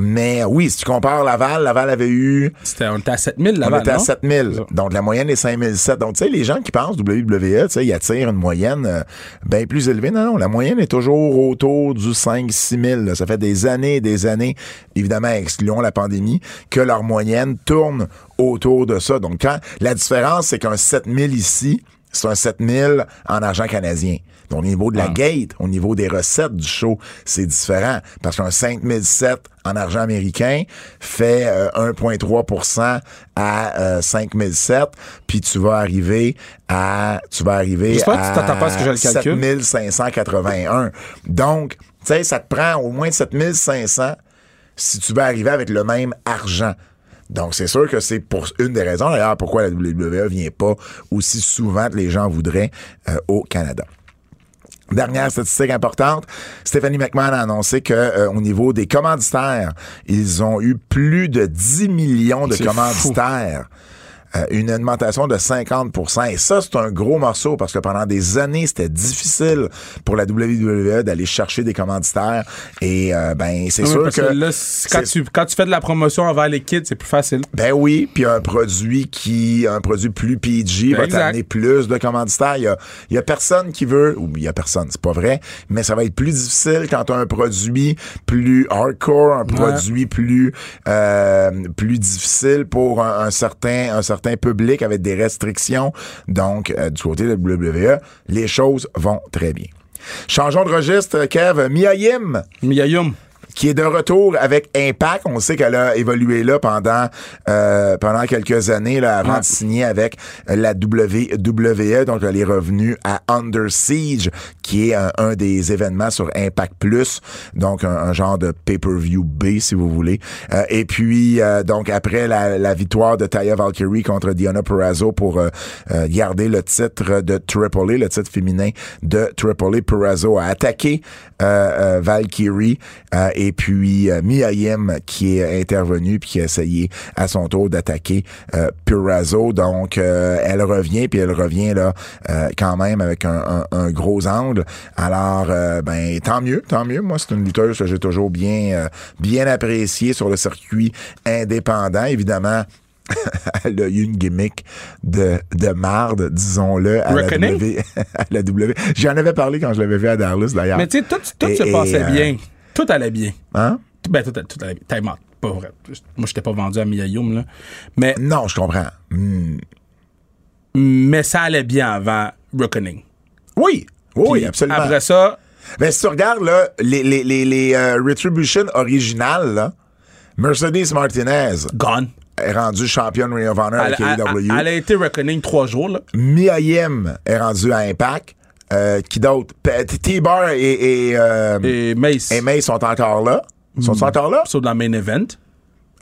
B: Mais oui, si tu compares Laval, Laval avait eu...
C: C'était- on était à 7000
B: On
C: là-bas.
B: était à
C: non?
B: 7000. Donc, la moyenne est 5007. Donc, tu sais, les gens qui pensent WWE, tu sais, ils attirent une moyenne euh, bien plus élevée. Non, non, la moyenne est toujours autour du 5-6000. Ça fait des années et des années, évidemment, excluons la pandémie, que leur moyenne tourne autour de ça. Donc, quand la différence, c'est qu'un 7000 ici, c'est un 7000 en argent canadien. Donc, au niveau de
C: Ah.
B: la gate, au niveau des recettes du show, c'est différent. Parce qu'un 5007 en argent américain fait euh, 1,3 à euh, 5007, puis tu vas arriver à... Tu vas arriver
C: J'espère que tu t'attends pas à ce que je le calcule.
B: 7581. Donc, tu sais, ça te prend au moins 7500 si tu veux arriver avec le même argent. Donc, c'est sûr que c'est pour une des raisons, d'ailleurs, pourquoi la WWE vient pas aussi souvent que les gens voudraient euh, au Canada. Dernière statistique importante, Stephanie McMahon a annoncé que euh, au niveau des commanditaires, ils ont eu plus de 10 millions de
C: C'est fou.
B: commanditaires. Euh, une augmentation de 50 Et ça, c'est un gros morceau parce que pendant des années, c'était difficile pour la WWE d'aller chercher des commanditaires. Et euh, ben, c'est
C: Ah Oui,
B: sûr
C: parce
B: que,
C: que là, c-
B: c'est-
C: quand tu, quand tu fais de la promotion envers les kids, c'est plus facile.
B: ben oui, puis un produit qui, un produit plus PG
C: Ben
B: va
C: exact.
B: t'amener plus de commanditaires. Il y a, il y a personne qui veut, ou il y a personne, c'est pas vrai, mais ça va être plus difficile quand t'as un produit plus hardcore, un produit plus euh, plus difficile pour un, un certain un certain public avec des restrictions. Donc euh, du côté de WWE, les choses vont très bien. Changeons de registre, Kev. Mia Yim
C: Miyayum.
B: qui est de retour avec Impact. On sait qu'elle a évolué là pendant euh, pendant quelques années là, avant
C: Ouais.
B: de signer avec la WWE. Donc, elle est revenue à Under Siege, qui est un, un des événements sur Impact Plus. Donc, un, un genre de pay-per-view B, si vous voulez. Euh, et puis, euh, donc, après la, la victoire de Taya Valkyrie contre Diana Perazzo pour euh, euh, garder le titre de Triple A, le titre féminin de Triple A, Perazzo a attaqué euh, euh, Valkyrie euh, et Et puis euh, Mia Yim qui est intervenue puis qui a essayé à son tour d'attaquer euh, Purazzo. Donc euh, elle revient puis elle revient là euh, quand même avec un, un- un gros angle. Alors euh, ben tant mieux, tant mieux. Moi c'est une lutteuse que j'ai toujours bien euh, bien appréciée sur le circuit indépendant. Évidemment. elle a eu une gimmick de, de marde, disons-le, à la,
C: Reckoning?
B: W, à la W. J'en avais parlé quand je l'avais vu à Darlus, d'ailleurs.
C: Mais tu sais, tout, tout
B: Et-
C: se
B: Ah. et,
C: passait
B: euh,
C: bien. Tout allait bien.
B: Hein?
C: Tout- Ben, tout, tout allait bien. Time out. Pas vrai. Moi, j'étais pas vendu à Mia Yim, là. Mais,
B: Non, je comprends. Hmm.
C: mais ça allait bien avant Reckoning.
B: Oui, oui,
C: Puis
B: absolument.
C: Après ça,
B: Mais si tu regardes là, les, les, les, les, euh, Retribution originales, là, Mercedes Martinez
C: gone.
B: est rendue championne Ring of Honor E à
C: Elle, elle-
B: KW.
C: elle a été Reckoning trois jours, là.
B: Mia Yim est rendue à Impact. Euh, qui d'autre? P- T-Bar et, et, euh,
C: Et Mm. Mace,
B: et May sont encore là. Sont ils encore là?
C: sur dans le main event,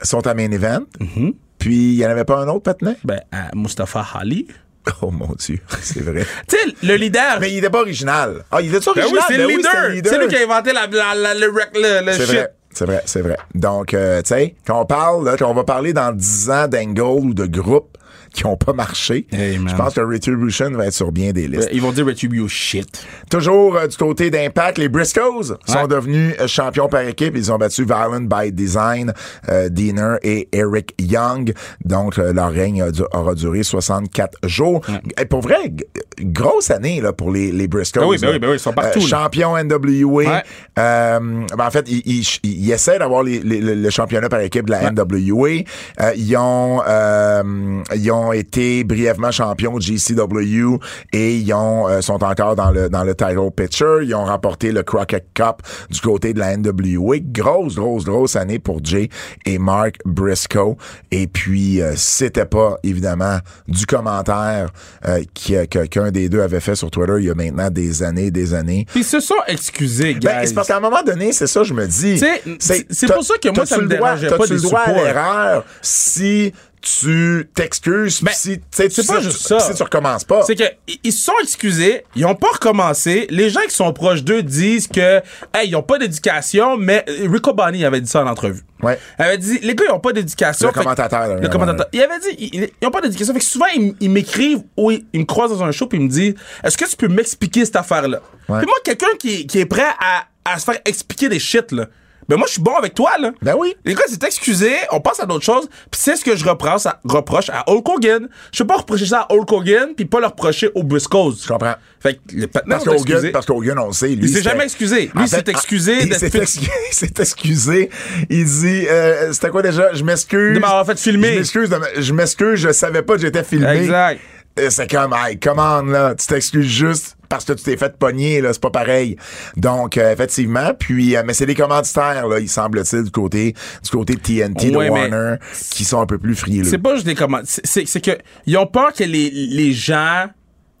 B: Sont à Main Event.
C: Mm-hmm.
B: Puis, il n'y en avait pas un autre, maintenant?
C: ben, à Mustafa Ali.
B: Oh mon Dieu, c'est vrai.
C: Tu sais, le leader.
B: Mais il était pas original. Ah, il était
C: Ben
B: original.
C: oui, c'est
B: Ben
C: le
B: oui, c'était
C: leader. C'est lui qui a inventé la, la- la- le, rec- le- le
B: C'est
C: shit.
B: vrai. C'est vrai, c'est vrai. Donc, euh, tu sais, quand on parle, là, quand on va parler dans 10 ans d'angles ou de groupes qui ont pas marché,
C: Hey, man.
B: je pense que Retribution va être sur bien des listes.
C: Euh, Ils vont dire Retribution shit.
B: Toujours euh, du côté d'Impact, les Briscoes sont
C: Ouais.
B: devenus euh, champions par équipe. Ils ont battu Violent by Design, euh, Diener et Eric Young. Donc, euh, leur règne a du- aura duré 64 jours. Et pour vrai, g- grosse année là, pour les, les Briscoes.
C: Ben oui, ben
B: là. Euh,
C: oui, ben oui, ils sont partout, là.
B: champions NWA.
C: Ouais.
B: Euh, ben en fait, ils, ils, ils essaient d'avoir les- les- le- le championnat par équipe de la NWA. Euh, ils, ont, euh, ils ont été brièvement champions de GCW et ils ont, euh, sont encore dans le, dans le title pitcher. Ils ont remporté le Crockett Cup du côté de la NWA. Grosse, grosse, grosse année pour Jay et Mark Briscoe. Et puis, euh, c'était pas, évidemment, du commentaire euh, qui- que- qu'un des deux avait fait sur Twitter il y a maintenant des années, des années.
C: Puis ils se sont excusés,
B: Ben,
C: guys.
B: c'est parce qu'à un moment donné, c'est ça, je me dis.
C: sais, c'est- c'est pour ça que moi, ça
B: t'as-tu
C: me
B: le droit-
C: dérangeait
B: t'as-tu
C: pas des
B: le droit à
C: supports.
B: l'erreur si tu t'excuses,
C: Ben,
B: pis si, tu sais, tu-
C: c'est pas
B: si-
C: juste ça.
B: si tu recommences pas.
C: C'est que i- ils se sont excusés, ils ont pas recommencé. Les gens qui sont proches d'eux disent que hey, ils ont pas d'éducation, mais euh, Rico Bonny avait dit ça en entrevue.
B: Ouais.
C: Il avait dit les gars, ils ont pas d'éducation.
B: Le
C: Fait que-
B: commentateur, là,
C: le
B: vraiment,
C: commentateur. Il avait dit ils, ils ont pas d'éducation. Fait que souvent ils, m- ils m'écrivent ou ils, ils me croisent dans un show puis ils me disent "Est-ce que tu peux m'expliquer cette affaire là
B: Ouais.
C: Puis moi quelqu'un qui, qui est prêt à, à se faire expliquer des shit là. Ben moi je suis bon avec toi là.
B: Ben oui.
C: Les gars, c'est excusé, on passe à d'autres choses, puis c'est ce que je reproche à, reproche à Hulk Hogan. Je peux pas reprocher ça à Hulk Hogan, puis pas le reprocher aux Briscoes. Je
B: comprends.
C: Fait que les partenaires
B: Parce
C: sont
B: qu'Hogan,
C: excusés.
B: parce qu'Hogan, on le sait, lui.
C: Il s'est
B: c'était-
C: jamais excusé.
B: En
C: Lui,
B: fait,
C: s'est excusé
B: ah, Il
C: d'être
B: s'est
C: fait-
B: excusé. Il s'est excusé. Il dit, euh, c'était quoi déjà? Je m'excuse.
C: De m'avoir fait filmer.
B: Je m'excuse, de m- je m'excuse, je savais pas que j'étais filmé.
C: Exact.
B: Et C'est comme, hey, come on, là, tu t'excuses juste parce que tu t'es fait pogner, là, c'est pas pareil. Donc, euh, effectivement, puis, euh, mais c'est des commanditaires, là, il semble-t-il, du côté, du côté de TNT,
C: Ouais,
B: de
C: mais-
B: Warner, qui sont un peu plus
C: C'est
B: frileux.
C: pas juste des commandes. C'est- C'est c'est que ils ont peur que les, les gens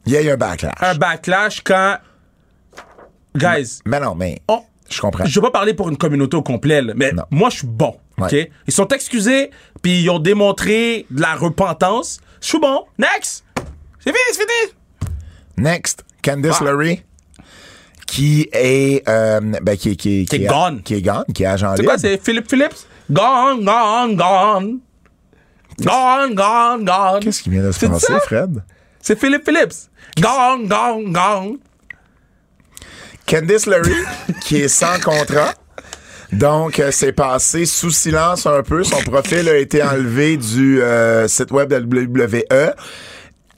B: Il y a eu un backlash.
C: un backlash quand guys.
B: Mais non, mais,
C: on-
B: je comprends.
C: Je vais pas parler pour une communauté au complet, là, mais
B: Non.
C: moi, je suis bon.
B: Ouais.
C: ok? Ils sont excusés, puis ils ont démontré de la repentance. Je suis bon. Next! C'est fini, c'est fini!
B: Next, Candice
C: Ah.
B: Lurie, qui est, euh, ben, qui, qui,
C: Qui est gone.
B: Qui est gone, qui est agent
C: C'est
B: libre.
C: quoi, c'est Philippe Phillips? Gone, gone, gone. Gone, gone, gone.
B: Qu'est-ce qui vient de se
C: C'est
B: passer,
C: ça?
B: Fred?
C: C'est Philippe Phillips. Gone, gone, gone.
B: Candice Lurie, qui est sans contrat. Donc, euh, c'est passé sous silence un peu. Son profil a été enlevé du euh, site web de la WWE.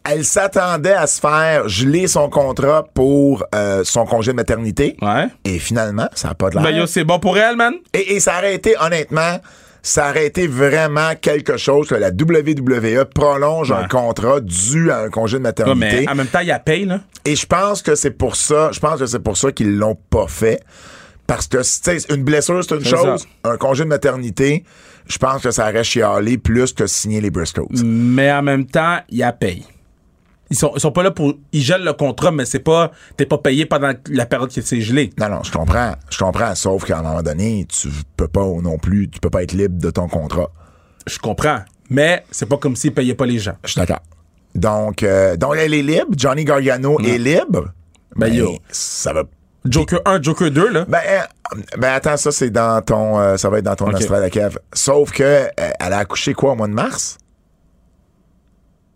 B: Elle s'attendait à se faire geler son contrat pour euh, son congé de maternité.
C: Ouais.
B: Et finalement, ça n'a pas de
C: Ben
B: l'air.
C: yo, c'est bon pour elle, man.
B: Et, et ça aurait été, honnêtement, ça aurait été vraiment quelque chose que la WWE prolonge un
C: Ouais.
B: contrat dû à un congé de
C: Ouais,
B: maternité.
C: mais ah, en même temps, il la paye, là.
B: Et je pense que c'est pour ça, je pense que c'est pour ça qu'ils l'ont pas fait. Parce que, tu sais, une blessure, c'est une
C: C'est
B: chose.
C: ça.
B: Un congé de maternité, je pense que ça aurait chialé plus que signer les Briscoes.
C: Mais en même temps, il la paye. Ils sont, ils sont pas là pour. Ils gèlent le contrat, mais c'est pas. T'es pas payé pendant la période qui s'est gelée.
B: Non, non, je comprends. Je comprends. Sauf qu'à un moment donné, tu peux pas non plus, tu peux pas être libre de ton contrat.
C: Je comprends. Mais c'est pas comme s'ils payaient pas les gens.
B: Je suis d'accord. Donc, euh, donc, elle est libre. Johnny Gargano est libre.
C: Ben, yo.
B: Ça va
C: Joker 1, Joker 2, là.
B: Ben, euh, ben attends, ça c'est dans ton, euh, ça va être dans ton
C: Ok.
B: Astral de Kev. Sauf que euh, elle a accouché quoi au mois de mars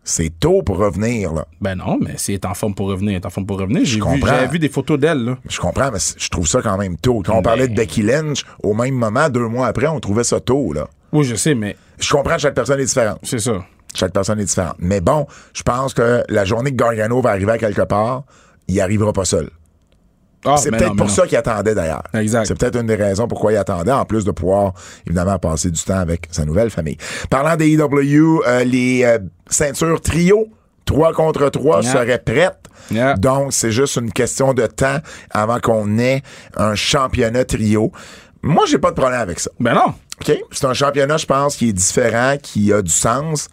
B: C'est tôt pour revenir là.
C: Ben non, mais si elle est en forme pour revenir, elle est en forme pour revenir. J'ai vu,
B: comprends.
C: j'avais vu des photos d'elle, là.
B: Je comprends, mais c- je trouve ça quand même tôt.
C: Ben,
B: Quand on parlait de Becky Lynch, au même moment, deux mois après, on trouvait ça tôt là.
C: Oui, je sais, mais
B: Je comprends, chaque personne est différente.
C: c'est ça.
B: Chaque personne est différente. Mais bon, je pense que la journée que Gargano va arriver à quelque part, il arrivera pas seul.
C: Ah,
B: C'est
C: mais
B: peut-être
C: non, mais
B: pour
C: non.
B: ça qu'il attendait d'ailleurs.
C: Exact.
B: C'est peut-être une des raisons pourquoi il attendait, en plus de pouvoir évidemment passer du temps avec sa nouvelle famille. Parlant des IW, euh, les euh, ceintures trio, 3 contre 3,
C: Yeah.
B: seraient prêtes.
C: Yeah.
B: Donc, c'est juste une question de temps avant qu'on ait un championnat trio. Moi, j'ai pas de problème avec ça.
C: Ben non.
B: OK? C'est un championnat, je pense, qui est différent, qui a du sens.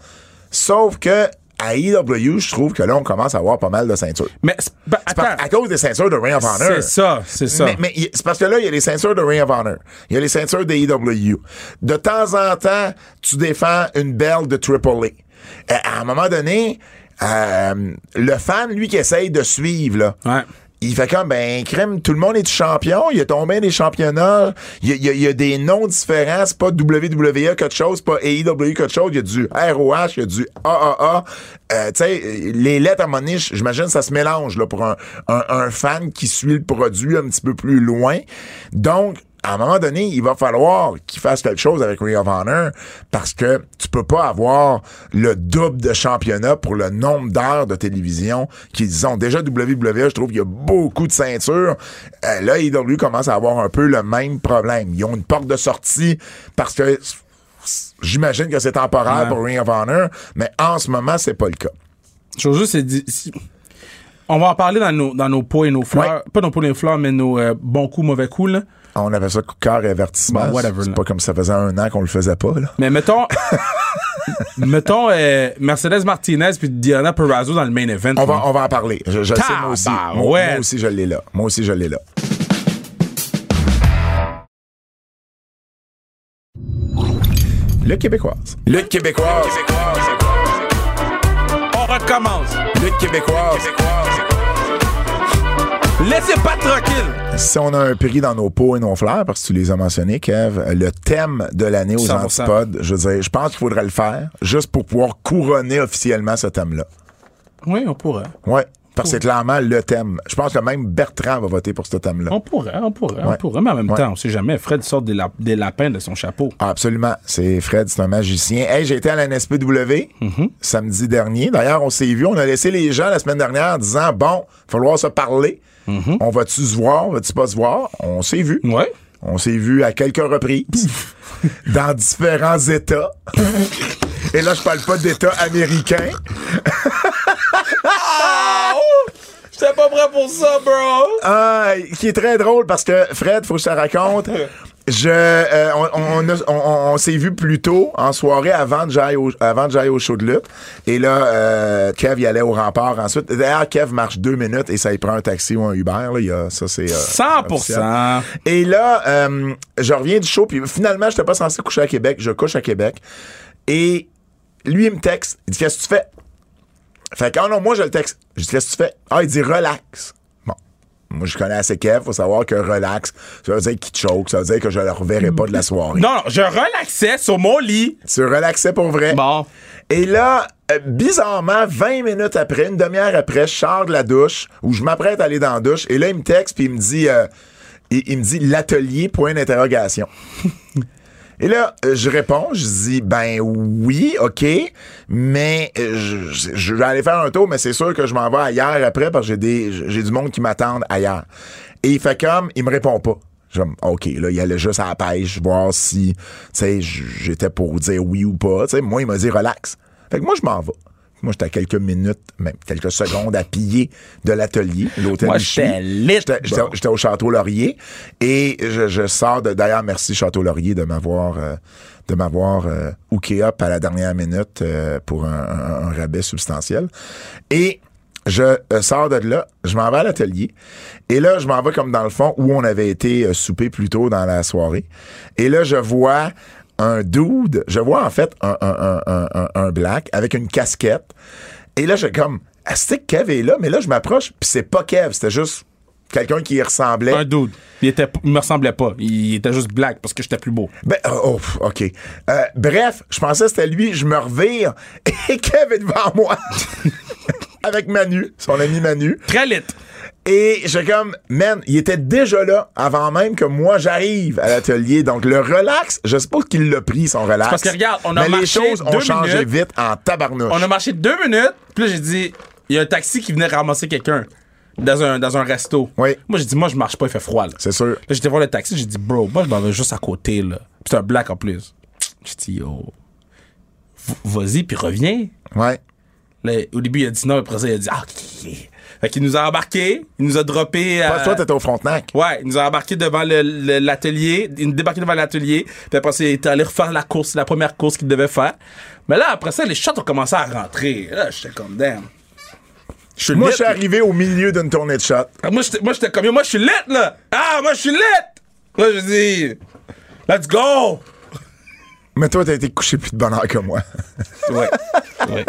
B: Sauf que à IW, je trouve que là, on commence à avoir pas mal de ceintures.
C: Mais c'est- ben,
B: C'est par-
C: attends.
B: à cause des ceintures de Ring of Honor.
C: C'est ça, c'est ça.
B: Mais, mais y- c'est parce que là, il y a les ceintures de Ring of Honor. Il y a les ceintures des EW. De temps en temps, tu défends une belle de Triple A. Euh, À un moment donné, euh, le fan, lui, qui essaye de suivre, là,
C: Ouais.
B: il fait comme, ben, crème, tout le monde est champion. Il y a tombé des championnats. Il y a, il y a- il y a des noms différents. C'est pas WWE quelque chose, pas AEW quelque chose. Il y a du ROH, il y a du AAA. Euh, tu sais, les lettres, à mon moment donné, j'imagine, ça se mélange, là, pour un, un- un fan qui suit le produit un petit peu plus loin. Donc, à un moment donné, il va falloir qu'il fasse quelque chose avec Ring of Honor parce que tu peux pas avoir le double de championnat pour le nombre d'heures de télévision qu'ils ont. Déjà, WWE, je trouve qu'il y a beaucoup de ceintures. Euh, là, IW commence à avoir un peu le même problème. Ils ont une porte de sortie parce que j'imagine que c'est temporaire
C: Ouais.
B: pour Ring of Honor, mais en ce moment, c'est pas le cas.
C: Je veux juste dire, si- on va en parler dans nos, dans nos pots et nos fleurs. Pas nos pots et nos fleurs, mais nos euh, bons coups, mauvais coups, là.
B: On avait ça coup de cœur et avertissement.
C: Bon, whatever,
B: c'est
C: là.
B: pas comme ça faisait un an qu'on le faisait pas, là.
C: Mais mettons, mettons euh, Mercedes Martinez puis Diana Perazzo dans le main event.
B: On
C: là.
B: va, on va en parler. Je, je le sais, moi aussi. Moi,
C: Tabarouette.
B: moi aussi, je l'ai là. Moi aussi, je l'ai là. Le Québécoise. Le Québécoise.
C: On recommence.
B: Le Québécoise.
C: Laissez pas tranquille.
B: Si on a un prix dans nos pots et nos fleurs, parce que tu les as mentionnés, Kev, le thème de l'année aux
C: 100%.
B: antipodes, je veux dire, je pense qu'il faudrait le faire juste pour pouvoir couronner officiellement ce thème-là.
C: Oui, on pourrait.
B: Ouais. Parce que c'est clairement le thème. Je pense que même Bertrand va voter pour ce thème-là.
C: On pourrait, on pourrait, on
B: Ouais.
C: pourrait. Mais en même
B: Ouais.
C: temps, on sait jamais. Fred sort des, lap- des lapins de son chapeau.
B: Ah, Absolument. C'est Fred, c'est un magicien. Hey, j'ai été à la NSPW samedi dernier. D'ailleurs, on s'est vu. On a laissé les gens la semaine dernière en disant Bon, il va falloir se parler. On va-tu se voir, on va-tu pas se voir? On s'est vu.
C: Ouais.
B: On s'est vu à quelques reprises dans différents États. Et là, je parle pas d'États américains.
C: Ah, oh! J'étais pas prêt pour ça, bro.
B: Ah, qui est très drôle parce que Fred, faut que je te raconte. Je, euh, on, on, a- on- on- on s'est vu plus tôt en soirée avant que j'aille au, avant que j'aille au show de lutte. Et là, euh, Kev, il allait au rempart ensuite. D'ailleurs, Kev marche deux minutes et ça, il prend un taxi ou un Uber. Là, il y a, ça, c'est, euh,
C: 100%.
B: et là, euh, je reviens du show, puis finalement, j'étais pas censé coucher à Québec. Je couche à Québec. Et lui, il me texte. Il dit Qu'est-ce que tu fais Fait que, ah non, moi, je le texte. Je dis Qu'est-ce que tu fais Ah, il dit Relax. Bon. Moi, je connais assez Kev. Faut savoir que relax, ça veut dire qu'il choke. Ça veut dire que je le reverrai pas de la soirée.
C: Non, non, je relaxais sur mon lit.
B: Tu relaxais pour vrai.
C: Bon.
B: Et là, euh, bizarrement, 20 minutes après, une demi-heure après, je sors de la douche où je m'apprête à aller dans la douche. Et là, il me texte puis il me dit, euh, il, il me dit l'atelier point d'interrogation. et là, euh, je réponds, je dis ben oui, ok, mais euh, je, je- je vais aller faire un tour, mais c'est sûr que je m'en vais ailleurs après parce que j'ai des j'ai du monde qui m'attendent ailleurs. Et il fait comme, il me répond pas. Je suis comme, OK, là, il allait juste à la pêche, voir si, tu sais, j- j'étais pour dire oui ou pas. Tu sais, moi, il m'a dit relax. Fait que moi, je m'en vais. Moi, j'étais à quelques minutes, même quelques secondes à piller de l'atelier, l'hôtel
C: Moi,
B: où je suis.
C: j'étais lit,
B: J'étais- j'étais-
C: bon.
B: J'étais au Château Laurier et je, je sors de. D'ailleurs, merci Château Laurier de m'avoir euh, de m'avoir euh, hooké up à la dernière minute euh, pour un, un- un rabais substantiel. Et je euh, sors de là, je m'en vais à l'atelier. Et là, je m'en vais comme dans le fond où on avait été euh, souper plus tôt dans la soirée. Et là, je vois un dude, je vois en fait un, un- un- un- un- un black avec une casquette. Et là, j'ai comme, ah, c'est que Kev est là, mais là, je m'approche, puis c'est pas Kev, c'était juste Quelqu'un qui y ressemblait.
C: Un dude. Il, était, il me ressemblait pas. Il était juste black parce que j'étais plus beau.
B: Ben, oh, oh, OK. Euh, bref, je pensais que c'était lui, je me revire et Kev est devant moi. Avec Manu, son ami Manu.
C: Très lit.
B: Et j'ai comme, man, il était déjà là avant même que moi j'arrive à l'atelier. Donc le relax, je suppose qu'il l'a pris son relax.
C: parce que regarde, on a
B: Mais les
C: marché
B: choses ont
C: deux
B: changé
C: minutes.
B: vite en tabarnouche.
C: On a marché deux minutes, puis là, j'ai dit, il y a un taxi qui venait ramasser quelqu'un dans un, dans un resto.
B: Oui.
C: Moi, j'ai dit, moi, je marche pas, il fait froid, là.
B: C'est sûr.
C: Là, j'étais voir le taxi, j'ai dit, bro, moi, je m'en vais juste à côté, là. Puis c'est un black en plus. J'ai dit, yo, v- vas-y, puis reviens.
B: Ouais.
C: Là, au début, il a dit non, après ça, il a dit, ah, ok. Fait qu'il nous a embarqués, il nous a droppé.
B: Toi, toi, t'étais au Frontenac.
C: Ouais, il nous a embarqués devant le- le- l'atelier, il nous débarqué devant l'atelier, puis après ça, il était allé refaire la course, la première course qu'il devait faire. Mais là, après ça, les shots ont commencé à rentrer. Là, j'étais comme, damn. Je suis
B: Moi,
C: lit,
B: je suis
C: là.
B: arrivé au milieu d'une tournée de shot.
C: Ah, Moi, j'étais moi, j'étais comme, yo, moi, je suis lit, là. Ah, moi, je suis lit. Là, je dis, let's go.
B: Mais toi, t'as été couché plus de bonne heure que moi.
C: Ouais. ouais.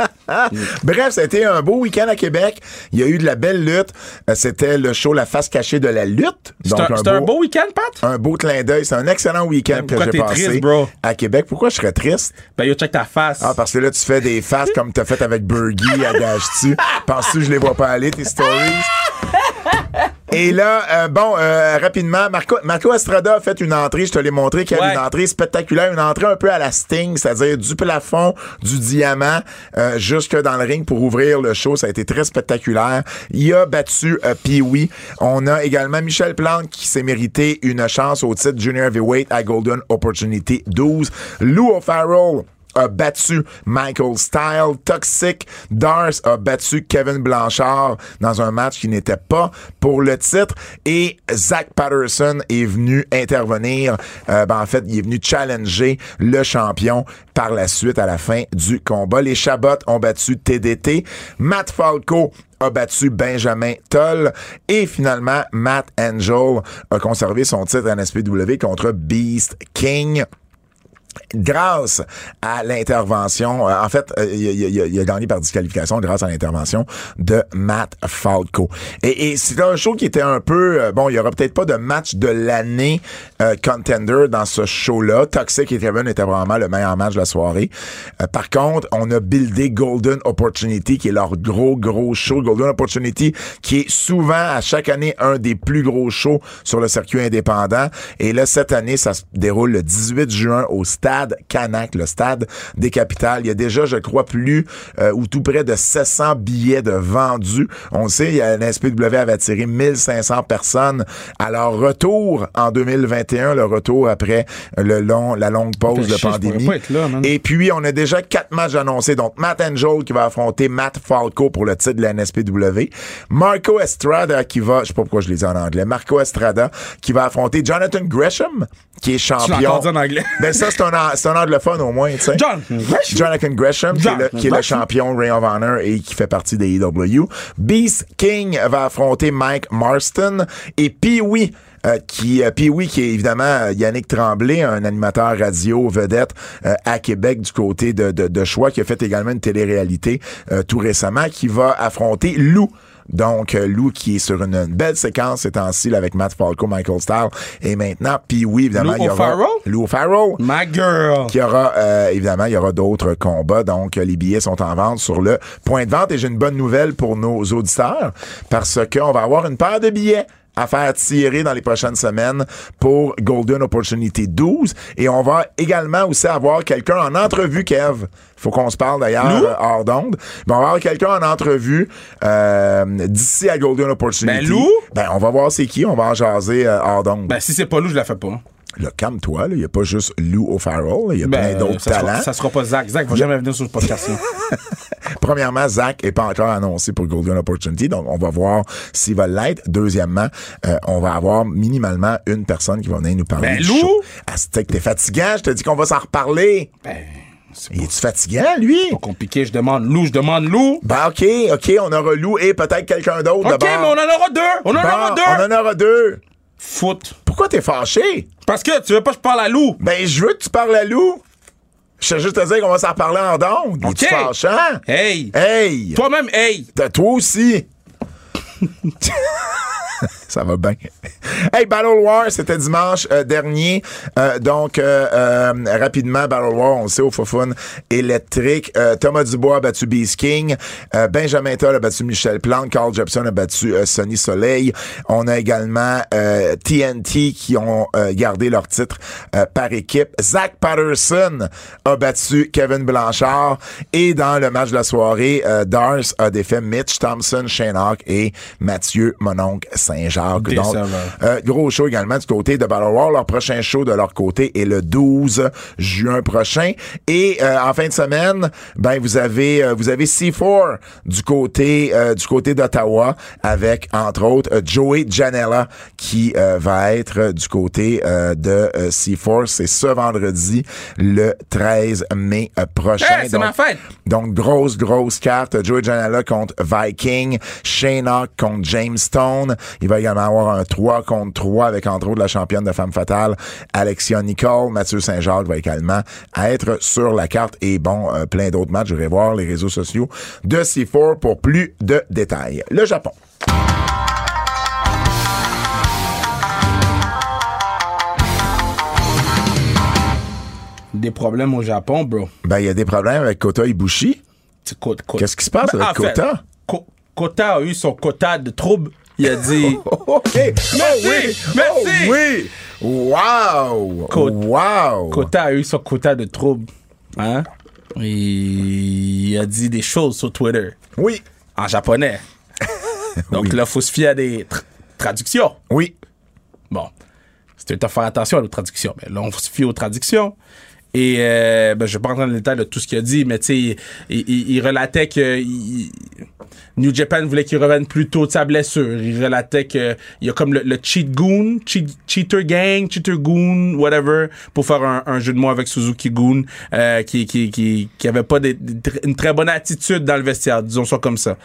B: Bref, ça a été un beau week-end à Québec. Il y a eu de la belle lutte. Euh, C'était le show La face cachée de la lutte.
C: C'était
B: Donc,
C: un, c'était un beau week-end, Pat?
B: un beau clin d'œil. C'est un excellent week-end que
C: pourquoi
B: j'ai
C: t'es
B: passé
C: triste, bro?
B: à Québec. Pourquoi je serais triste?
C: Ben, yo, check ta face.
B: Ah, parce que là, tu fais des faces comme t'as fait avec Burgie, agages-tu? Penses-tu que je les vois pas aller, tes stories? Et là, euh, bon, euh, rapidement, Marco, Marco Estrada a fait une entrée, je te l'ai montré, qui a
C: Ouais.
B: une entrée spectaculaire, une entrée un peu à la Sting, c'est-à-dire du plafond, du diamant, euh, jusque dans le ring pour ouvrir le show. Ça a été très spectaculaire. Il a battu euh, Pee-Wee. On a également Michel Plante qui s'est mérité une chance au titre Junior Heavyweight à Golden Opportunity 12. Lou O'Farrell a battu Michael Style. Toxic Dars a battu Kevin Blanchard dans un match qui n'était pas pour le titre. Et Zach Patterson est venu intervenir. Euh, ben, en fait, il est venu challenger le champion par la suite à la fin du combat. Les Chabot ont battu TDT. Matt Falco a battu Benjamin Toll et finalement Matt Angel a conservé son titre en SPW contre Beast King grâce à l'intervention, euh, en fait, euh, il, il- il- il a gagné par disqualification grâce à l'intervention de Matt Falco. Et, et c'était un show qui était un peu, euh, bon, il y aura peut-être pas de match de l'année euh, contender dans ce show-là. Toxic et Kevin était vraiment le meilleur match de la soirée. Euh, par contre, on a buildé Golden Opportunity, qui est leur gros, gros show. Golden Opportunity, qui est souvent, à chaque année, un des plus gros shows sur le circuit indépendant. Et là, cette année, ça se déroule le 18 juin au stade Canac, le stade des capitales. Il y a déjà, je crois, plus euh, ou tout près de 700 billets de vendus. On le sait, il y a l'SPW avait attiré 1500 personnes à leur retour en 2021, le retour après le long, la longue pause
C: Fait
B: de
C: chier, Ben, je pourrais
B: pandémie.
C: pas être là, man.
B: Et puis, on a déjà quatre matchs annoncés. Donc, Matt Angel qui va affronter Matt Falco pour le titre de la NSPW. Marco Estrada qui va, je sais pas pourquoi je l'ai dit en anglais, Marco Estrada qui va affronter Jonathan Gresham qui est
C: Tu
B: champion.
C: l'as entendu en anglais.
B: Ben ça, c'est un, an- c'est un anglophone au moins, tu sais.
C: John Gresham.
B: Jonathan Gresham, qui est, le,
C: Jonathan
B: qui est le
C: Gresham.
B: champion Ring of Honor et qui fait partie des EW. Beast King va affronter Mike Marston et Pee-Wee. euh, qui, euh, Pee-Wee, qui est évidemment euh, Yannick Tremblay, un animateur radio vedette euh, à Québec du côté de, de, de Choix, qui a fait également une télé-réalité euh, tout récemment, qui va affronter Lou. Donc, euh, Lou qui est sur une, une belle séquence ces temps-ci là, avec Matt Falco, Michael Starr, et maintenant Pee-Wee, évidemment.
C: Lou
B: il y aura-
C: O'Farrell?
B: Lou O'Farrell.
C: My girl.
B: Puis Il y aura, euh, évidemment, il y aura d'autres combats. Donc, euh, les billets sont en vente sur le point de vente. Et j'ai une bonne nouvelle pour nos auditeurs parce qu'on va avoir une paire de billets à faire tirer dans les prochaines semaines pour Golden Opportunity 12. Et on va également aussi avoir quelqu'un en entrevue, Kev. Faut qu'on se parle d'ailleurs
C: Nous?
B: euh, hors d'onde. Mais on va avoir quelqu'un en entrevue euh, d'ici à Golden Opportunity.
C: Ben, Lou?
B: Ben, on va voir c'est qui. On va en jaser euh, hors d'onde.
C: Ben, si c'est pas loup, je la fais pas.
B: Là, calme-toi. là. Il n'y a pas juste Lou O'Farrell. Il y a
C: Ben,
B: plein d'autres
C: ça sera-
B: talents.
C: ça sera pas Zach. Zach va jamais venir sur le podcast. là.
B: Premièrement, Zach est pas encore annoncé pour Golden Opportunity, donc on va voir s'il va l'être. Deuxièmement, euh, on va avoir minimalement une personne qui va venir nous parler.
C: Ben,
B: du
C: Lou!
B: show. Ah, c'est que t'es fatigant, je te dis qu'on va s'en reparler.
C: ben, c'est
B: Il est-tu fatigant, lui?
C: pas compliqué. Je demande loup, je demande loup.
B: Ben, OK, OK, on aura Lou et peut-être quelqu'un d'autre
C: OK, mais
B: d'abord.
C: on en aura deux. On en
B: Bon,
C: aura deux.
B: On en aura deux.
C: Foot.
B: Pourquoi t'es fâché?
C: Parce que tu veux pas que je parle à loup.
B: Ben, je veux que tu parles à Lou. Je sais juste te dire qu'on va s'en parler en dondes.
C: OK.
B: Es-tu fâchant?
C: Hey.
B: Hey!
C: Toi-même, hey.
B: T'as- toi aussi. Ça va bien. hey, Battle War, c'était dimanche euh, dernier. Euh, donc, euh, euh, rapidement, Battle War, on le sait, au Fofun électrique. Euh, Thomas Dubois a battu Beast King. Euh, Benjamin Toll a battu Michel Plante. Carl Jepson a battu euh, Sonny Soleil. On a également euh, TNT qui ont euh, gardé leur titre euh, par équipe. Zach Patterson a battu Kevin Blanchard. Et dans le match de la soirée, euh, Dars a défait Mitch Thompson, Shane Hawk et Mathieu Mononc Saint-Jacques. Donc,
C: Décevant.
B: euh, gros show également du côté de Battle War. Leur prochain show de leur côté est le 12 juin prochain. Et euh, en fin de semaine, ben vous avez euh, vous avez C4 du côté euh, du côté d'Ottawa avec entre autres euh, Joey Janela qui euh, va être euh, du côté euh, de euh, C4. C'est ce vendredi le 13 mai euh, prochain.
C: Hey, c'est ma fête!
B: Donc, grosse, grosse carte. Joey Janela contre Viking. Shane Hawk contre Jamestown. Il va également avoir un 3 contre 3 avec, entre autres, la championne de Femme Fatale, Alexia Nicole. Mathieu Saint-Jacques va également être sur la carte. Et bon, euh, plein d'autres matchs. Je vais voir les réseaux sociaux de C4 pour plus de détails. Le Japon.
C: Des problèmes au Japon, bro.
B: Ben, il y a des problèmes avec Kota Ibushi.
C: Tu- co- co-
B: Qu'est-ce qui se passe
C: Ben,
B: avec
C: en fait,
B: Kota?
C: Co- Kota a eu son quota de troubles. Il a dit.
B: OK. Merci!
C: Oh,
B: Oh
C: Merci!
B: oui! Wow!
C: Ko-
B: wow!
C: Kota a eu son quota de troubles. Hein? Et il a dit des choses sur Twitter
B: Oui.
C: en japonais. Donc là, faut se fier à des tra- traductions.
B: Oui.
C: Bon, c'était de faire attention à nos traductions. Mais là, on se fie aux traductions. Et euh, ben, je vais pas rentrer dans le détail de tout ce qu'il a dit, mais tu sais, il, il- il relatait que il- New Japan voulait qu'il revienne plus tôt de sa blessure. Il relatait que il y a comme le, le cheat goon, cheat- cheater gang, cheater goon, whatever, pour faire un, un jeu de mots avec Suzuki Goon, euh, qui, qui, qui, qui avait pas des- des tr- une très bonne attitude dans le vestiaire, disons ça comme ça.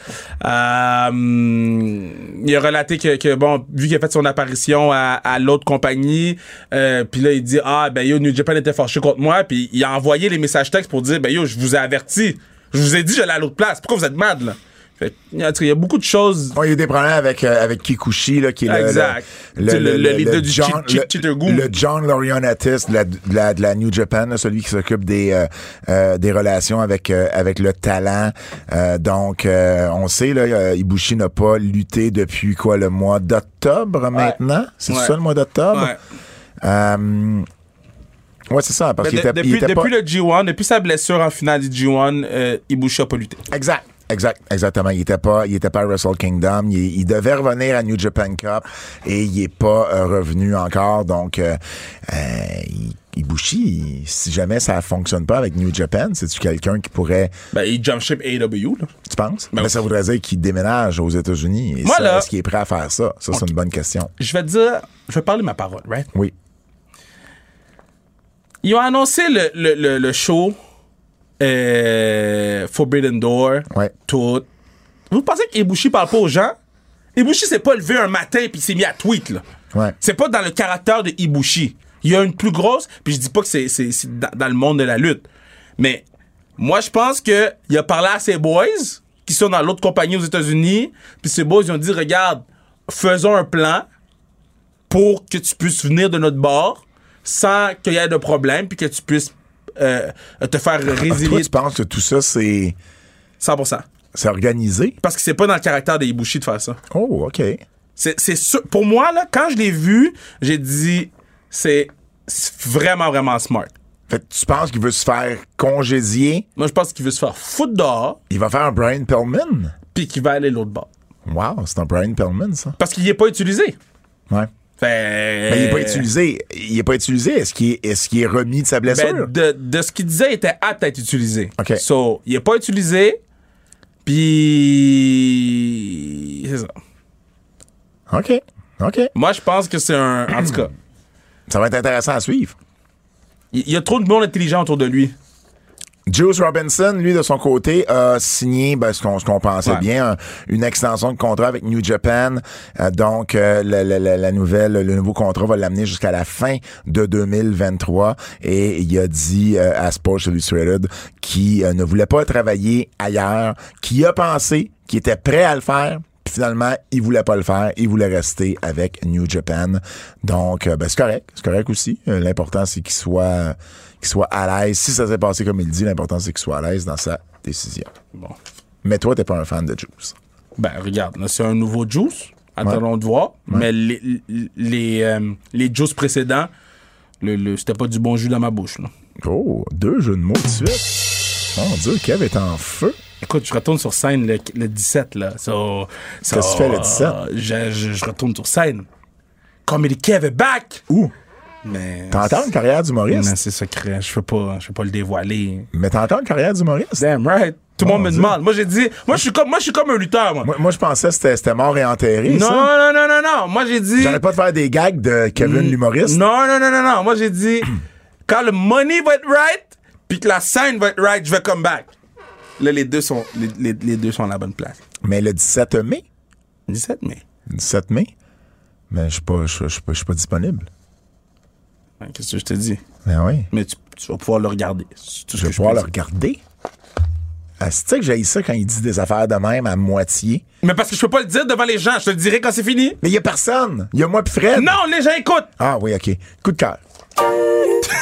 C: Euh, il a relaté que, que, bon, vu qu'il a fait son apparition à, à l'autre compagnie, euh, puis là, il dit, ah, ben yo, New Japan était fâché contre moi, puis il a envoyé les messages textes pour dire, ben yo, je vous ai averti, je vous ai dit, j'allais à l'autre place, pourquoi vous êtes mad, là? Fait que, en tout cas, il y a beaucoup de choses
B: Bon, il y a eu des problèmes avec, euh, avec Kikuchi, là, qui est le,
C: Exact. C'est le- le leader du
B: John,
C: Chi- Chi-
B: le-
C: Cheater Goon.
B: le John Laurinaitis de la, de la- de la New Japan, là, celui qui s'occupe des, euh, euh, des relations avec, euh, avec le talent. Euh, donc, euh, on sait, là, euh, Ibushi n'a pas lutté depuis quoi, le mois d'octobre maintenant? C'est
C: Ouais.
B: ça le mois d'octobre?
C: Ouais.
B: Euh, ouais, c'est ça, parce
C: Mais
B: qu'il
C: de-
B: était, il
C: depuis
B: était pas...
C: depuis le G1, depuis sa blessure en finale du G1, euh, Ibushi a pas lutté.
B: Exact. Exact, exactement. Il était pas, il était pas à Wrestle Kingdom. Il, il devait revenir à New Japan Cup et il est pas euh, revenu encore. Donc, euh, euh, I- Ibushi, il- si jamais ça fonctionne pas avec New Japan, c'est-tu quelqu'un qui pourrait,
C: Ben, il jump ship AEW, là.
B: tu penses?
C: Ben
B: Mais ça voudrait dire qu'il déménage aux États-Unis. Et
C: Moi,
B: ça,
C: là-
B: Est-ce qu'il est prêt à faire ça? Ça, c'est une bonne question.
C: Je vais te dire, je vais parler ma parole, right?
B: Oui.
C: Ils ont annoncé le, le, le, le show euh, Forbidden Door.
B: Ouais.
C: Tout. Vous pensez qu'Ibushi parle pas aux gens? Ibushi s'est pas levé un matin puis s'est mis à tweet, là.
B: Ouais.
C: C'est pas dans le caractère de Ibushi. Il y a une plus grosse, puis je dis pas que c'est, c'est, c'est dans, dans le monde de la lutte. Mais moi, je pense que il a parlé à ses boys qui sont dans l'autre compagnie aux États-Unis, puis ses boys ils ont dit regarde, faisons un plan pour que tu puisses venir de notre bord sans qu'il y ait de problème, puis que tu puisses euh, te faire
B: Ah, Toi,
C: résilier
B: tu penses que tout ça, c'est,
C: 100%.
B: c'est organisé?
C: Parce que c'est pas dans le caractère de Ibushi de faire ça.
B: Oh, OK.
C: C'est, c'est sûr. Pour moi, là, quand je l'ai vu, j'ai dit, c'est c'est vraiment, vraiment smart.
B: Fait que tu penses qu'il veut se faire congédier?
C: Moi, je pense qu'il veut se faire foutre dehors,
B: Il va faire un Brian Pillman?
C: puis qu'il va aller l'autre bord.
B: Wow, c'est un Brian Pillman, ça.
C: Parce qu'il n'est pas utilisé.
B: Ouais.
C: Fait...
B: Mais Ben, il n'est pas utilisé. Il est pas utilisé. Est-ce qu'il est, est-ce qu'il est remis de sa blessure?
C: Ben, de, de ce qu'il disait, il était apte à être utilisé.
B: OK.
C: So, il n'est pas utilisé, puis... C'est ça.
B: OK. OK.
C: Moi, je pense que c'est un... En tout cas,
B: Ça va être intéressant à suivre.
C: il il y a trop de monde intelligent autour de lui.
B: Juice Robinson, lui, de son côté, a signé ben, ce qu'on ce qu'on pensait
C: Ouais.
B: bien, un- une extension de contrat avec New Japan. Euh, donc, euh, la, la- la- la nouvelle, le nouveau contrat va l'amener jusqu'à la fin de 2023. Et il a dit euh, à Sports Illustrated qu'il euh, ne voulait pas travailler ailleurs, qu'il a pensé qu'il était prêt à le faire, puis finalement, il voulait pas le faire. Il voulait rester avec New Japan. Donc, euh, ben, c'est correct. C'est correct aussi. Euh, L'important, c'est qu'il soit, qu'il soit à l'aise. Si ça s'est passé comme il dit, l'important, c'est qu'il soit à l'aise dans sa décision.
C: Bon.
B: Mais toi, t'es pas un fan de Juice.
C: Ben, regarde, là, c'est un nouveau Juice. Attendons de voir. Mais les, les, les, euh, les Juice précédents, le, le- c'était pas du bon jus dans ma bouche. là.
B: Oh, deux jeux de mots de suite. Mon Dieu, Kev est en feu.
C: Écoute, je retourne sur scène le, le 17. là. So,
B: Qu'est-ce
C: so,
B: que tu fais le 17?
C: euh, je, je- je retourne sur scène. Comedy Kev est back!
B: Ouh,
C: Mais.
B: t'entends une carrière
C: Mais
B: d'humoriste?
C: c'est secret. Je peux pas, je peux pas le dévoiler.
B: Mais t'entends une carrière d'humoriste?
C: Damn right. Tout le monde me
B: Dieu.
C: demande. Moi, j'ai dit. Moi, je suis comme, moi, je suis comme un lutteur, moi.
B: Moi, moi, je pensais que c'était c'était mort et enterré,
C: non,
B: ça.
C: non, non, non, non. Moi, j'ai dit.
B: J'arrête pas de faire des gags de Kevin l'humoriste.
C: Non, non, non, non, non. Moi, j'ai dit, quand le money va être right, puis que la scène va être right, je vais come back. Là, les deux sont, les, les- les deux sont à la bonne place.
B: Mais le 17 mai,
C: 17 mai.
B: 17 mai, mais je suis pas, je, je- je- je suis pas disponible.
C: Hein, Qu'est-ce que je te dis?
B: Ben oui.
C: Mais tu, tu vas pouvoir le regarder. C'est tout ce
B: Je vais
C: que
B: pouvoir
C: peux
B: le
C: dire.
B: regarder. Asti que j'ai ça quand il dit des affaires de même à moitié.
C: Mais parce que je peux pas le dire devant les gens, je te le dirai quand c'est fini.
B: Mais il y a personne. Il y a moi pis Fred.
C: Non, les gens écoutent.
B: Ah oui, OK. Coup de cœur.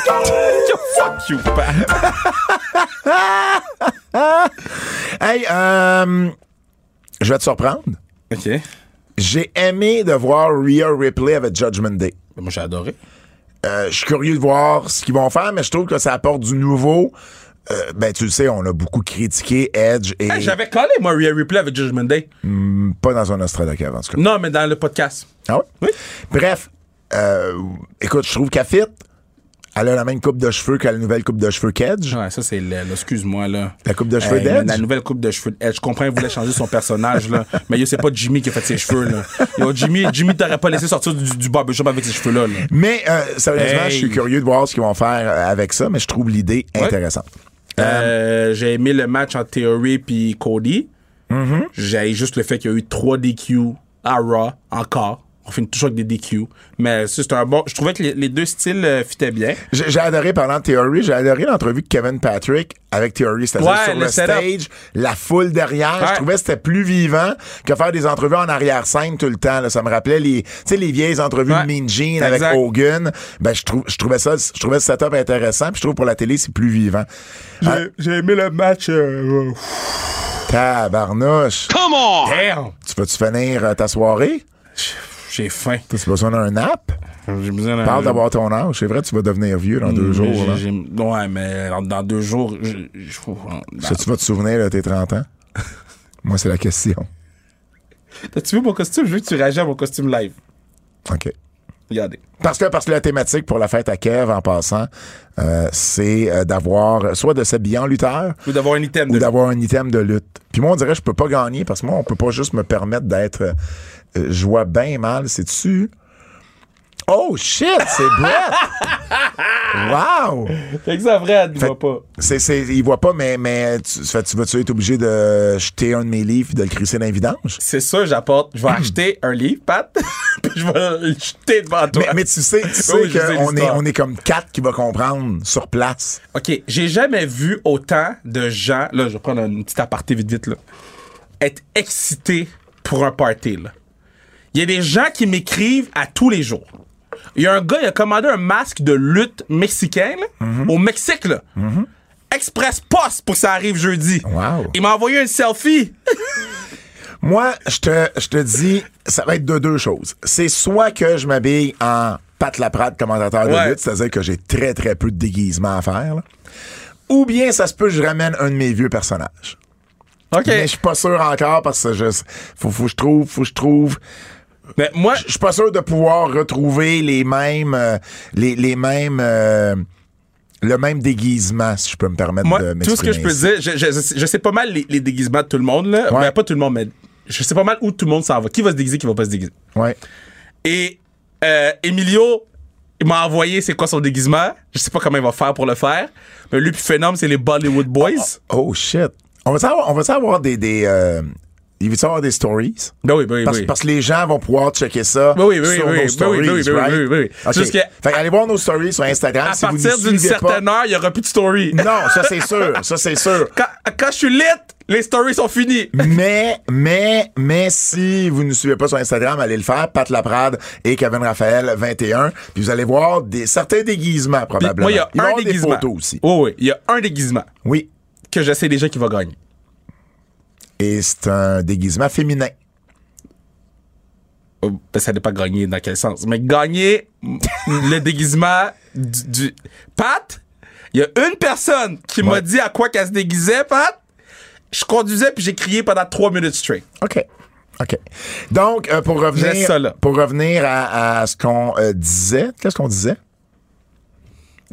C: Yo, fuck you, Pat.
B: Hey, euh, je vais te surprendre.
C: OK. Mais
B: J'ai aimé de voir Rhea Ripley avec Judgment Day.
C: Moi, j'ai adoré.
B: Euh, je suis curieux de voir ce qu'ils vont faire, mais je trouve que ça apporte du nouveau. Euh, ben, tu le sais, on a beaucoup critiqué Edge et
C: Hey, J'avais collé, moi, Rhea Ripley avec Judgment Day.
B: pas dans un Australocave, en tout cas.
C: Non, mais dans le podcast.
B: Ah ouais?
C: Oui.
B: Bref, euh, écoute, je trouve qu'elle fit. Elle a la même coupe de cheveux que la nouvelle coupe de cheveux qu'Edge.
C: Ouais, ça, c'est le, le- excuse-moi, là.
B: La coupe de cheveux
C: mais
B: d'Edge?
C: La nouvelle coupe de cheveux d'Edge. Je comprends, il voulait changer son personnage, là. Mais yo, c'est pas Jimmy qui a fait ses cheveux, là. Yo, Jimmy, Jimmy t'aurais pas laissé sortir du, du barbershop avec ses cheveux-là, là.
B: Mais euh, sérieusement,
C: Hey.
B: je suis curieux de voir ce qu'ils vont faire euh, avec ça, mais je trouve l'idée intéressante.
C: Euh, j'ai aimé le match en théorie puis Cody. J'ai juste le fait qu'il y a eu 3 DQ à Raw, encore. On finit toujours avec des DQ. Mais ça, c'était un bon. Je trouvais que les, les deux styles euh, fitaient bien.
B: J'ai j'ai adoré parlant de Theory, j'ai adoré l'entrevue de Kevin Patrick avec Theory, c'est-à-dire
C: Ouais,
B: sur
C: le
B: le
C: setup.
B: stage, la foule derrière.
C: Ouais.
B: Je trouvais que c'était plus vivant que faire des entrevues en arrière-scène tout le temps. là. Ça me rappelait les, tu sais, les vieilles entrevues
C: Ouais.
B: de Mean Gene
C: Exact.
B: avec Hogan. Ben, je, trouve, je trouvais ça, je trouvais ce setup intéressant, puis je trouve pour la télé, c'est plus vivant. Ah,
C: J'ai aimé le match.
B: tabarnouche!
A: Come on!
C: Damn!
B: Tu vas-tu finir euh, ta soirée?
C: J'ai faim.
B: T'as besoin d'un nap?
C: J'ai besoin d'un-
B: Parle d'avoir ton âge. C'est vrai, tu vas devenir vieux dans deux
C: Euh, Mm, Mais
B: jours. là.
C: j'ai- j'ai- Ouais, mais dans, dans deux jours, je, je- oh,
B: Ça, tu vas te souvenir de tes 30 ans? Moi, c'est la question.
C: T'as-tu vu mon costume? Je veux que tu réagisses à mon costume live.
B: OK.
C: Regardez.
B: Parce que, parce que la thématique pour la fête à Kev, en passant, euh, c'est euh, d'avoir soit de s'habiller en lutteur
C: Ou d'avoir un item
B: ou
C: de
B: d'avoir un item de lutte. Puis moi, on dirait que je peux pas gagner parce que moi, on peut pas juste me permettre d'être. euh, euh, je vois bien mal, c'est-tu? Oh shit, c'est Brett! wow!
C: Fait que ça, Fred, il va pas.
B: C'est, c'est, il voit pas, mais, mais tu, fait, tu vas-tu être obligé de jeter un de mes livres et de le crisser dans les vidanges?
C: C'est ça, j'apporte. Je vais acheter un livre, Pat, puis je vais le jeter devant toi.
B: Mais, mais tu sais, tu sais
C: Oui, je sais
B: qu'on est,
C: l'histoire.
B: on est comme quatre qui va comprendre sur place.
C: OK, j'ai jamais vu autant de gens... Là, je vais prendre une petite aparté vite, vite, là. Être excité pour un party, là. Il y a des gens qui m'écrivent à tous les jours. Il y a un gars, il a commandé un masque de lutte mexicain, là,
B: Mhm.
C: au Mexique, là. Express Post pour que ça arrive jeudi.
B: Wow.
C: Il m'a envoyé un selfie.
B: Moi, je te, je te dis, ça va être de deux choses. C'est soit que je m'habille en Pat Laprade, commentateur de
C: Ouais.
B: lutte, c'est-à-dire que j'ai très, très peu de déguisement à faire, là. Ou bien, ça se peut, que je ramène un de mes vieux personnages.
C: OK.
B: Mais je suis pas sûr encore parce que je, faut, faut que je trouve, faut que je trouve.
C: Mais moi,
B: Je suis pas sûr de pouvoir retrouver les mêmes, euh, les, les mêmes, euh, le même déguisement, si je peux me permettre
C: moi
B: de m'exprimer.
C: tout ce que je peux
B: ici.
C: dire, je, je- je sais pas mal les, les déguisements de tout le monde, là.
B: Ouais.
C: Ben, pas tout le monde, mais je sais pas mal où tout le monde s'en va. Qui va se déguiser, qui va pas se déguiser.
B: Ouais.
C: Et euh, Emilio, il m'a envoyé c'est quoi son déguisement. Je sais pas comment il va faire pour le faire. Mais lui, puis Phenom, c'est les Bollywood Boys.
B: Oh shit. On va savoir, on va savoir des, des, euh, il veut savoir des stories.
C: Ben oui, ben oui,
B: Parce,
C: oui.
B: parce que les gens vont pouvoir checker ça
C: Ben oui, ben oui,
B: sur
C: ben oui, ben
B: nos
C: oui,
B: stories,
C: ben oui, ben oui,
B: right?
C: ben oui, ben oui.
B: OK.
C: C'est juste que-
B: Fait, allez voir nos stories sur Instagram
C: à
B: si vous
C: partir
B: nous
C: d'une
B: suivez pas.
C: certaine heure, il y aura plus de story.
B: Non, ça c'est sûr, ça c'est sûr.
C: Quand, quand je suis lit, Les stories sont finies.
B: Mais, mais, mais si vous ne nous suivez pas sur Instagram, allez le faire. Pat Laprade et Kevin Raphaël 21. Puis vous allez voir des, certains déguisements,
C: Puis
B: probablement.
C: moi, il y a
B: Ils vont
C: un
B: avoir
C: déguisement.
B: des photos aussi.
C: Oui, oui. Il y a un déguisement
B: Oui.
C: que je sais déjà qui va gagner.
B: Et c'est un déguisement féminin.
C: Euh, ben, ça n'est pas gagner dans quel sens. Mais gagner m- le déguisement du, du- Pat, il y a une personne qui m'a
B: Ouais.
C: dit à quoi qu'elle se déguisait, Pat. Je conduisais puis j'ai crié pendant trois minutes straight.
B: OK. OK. Donc, euh, pour
C: Laisse
B: revenir,
C: ça là.
B: pour revenir à, à ce qu'on euh, disait, qu'est-ce qu'on disait?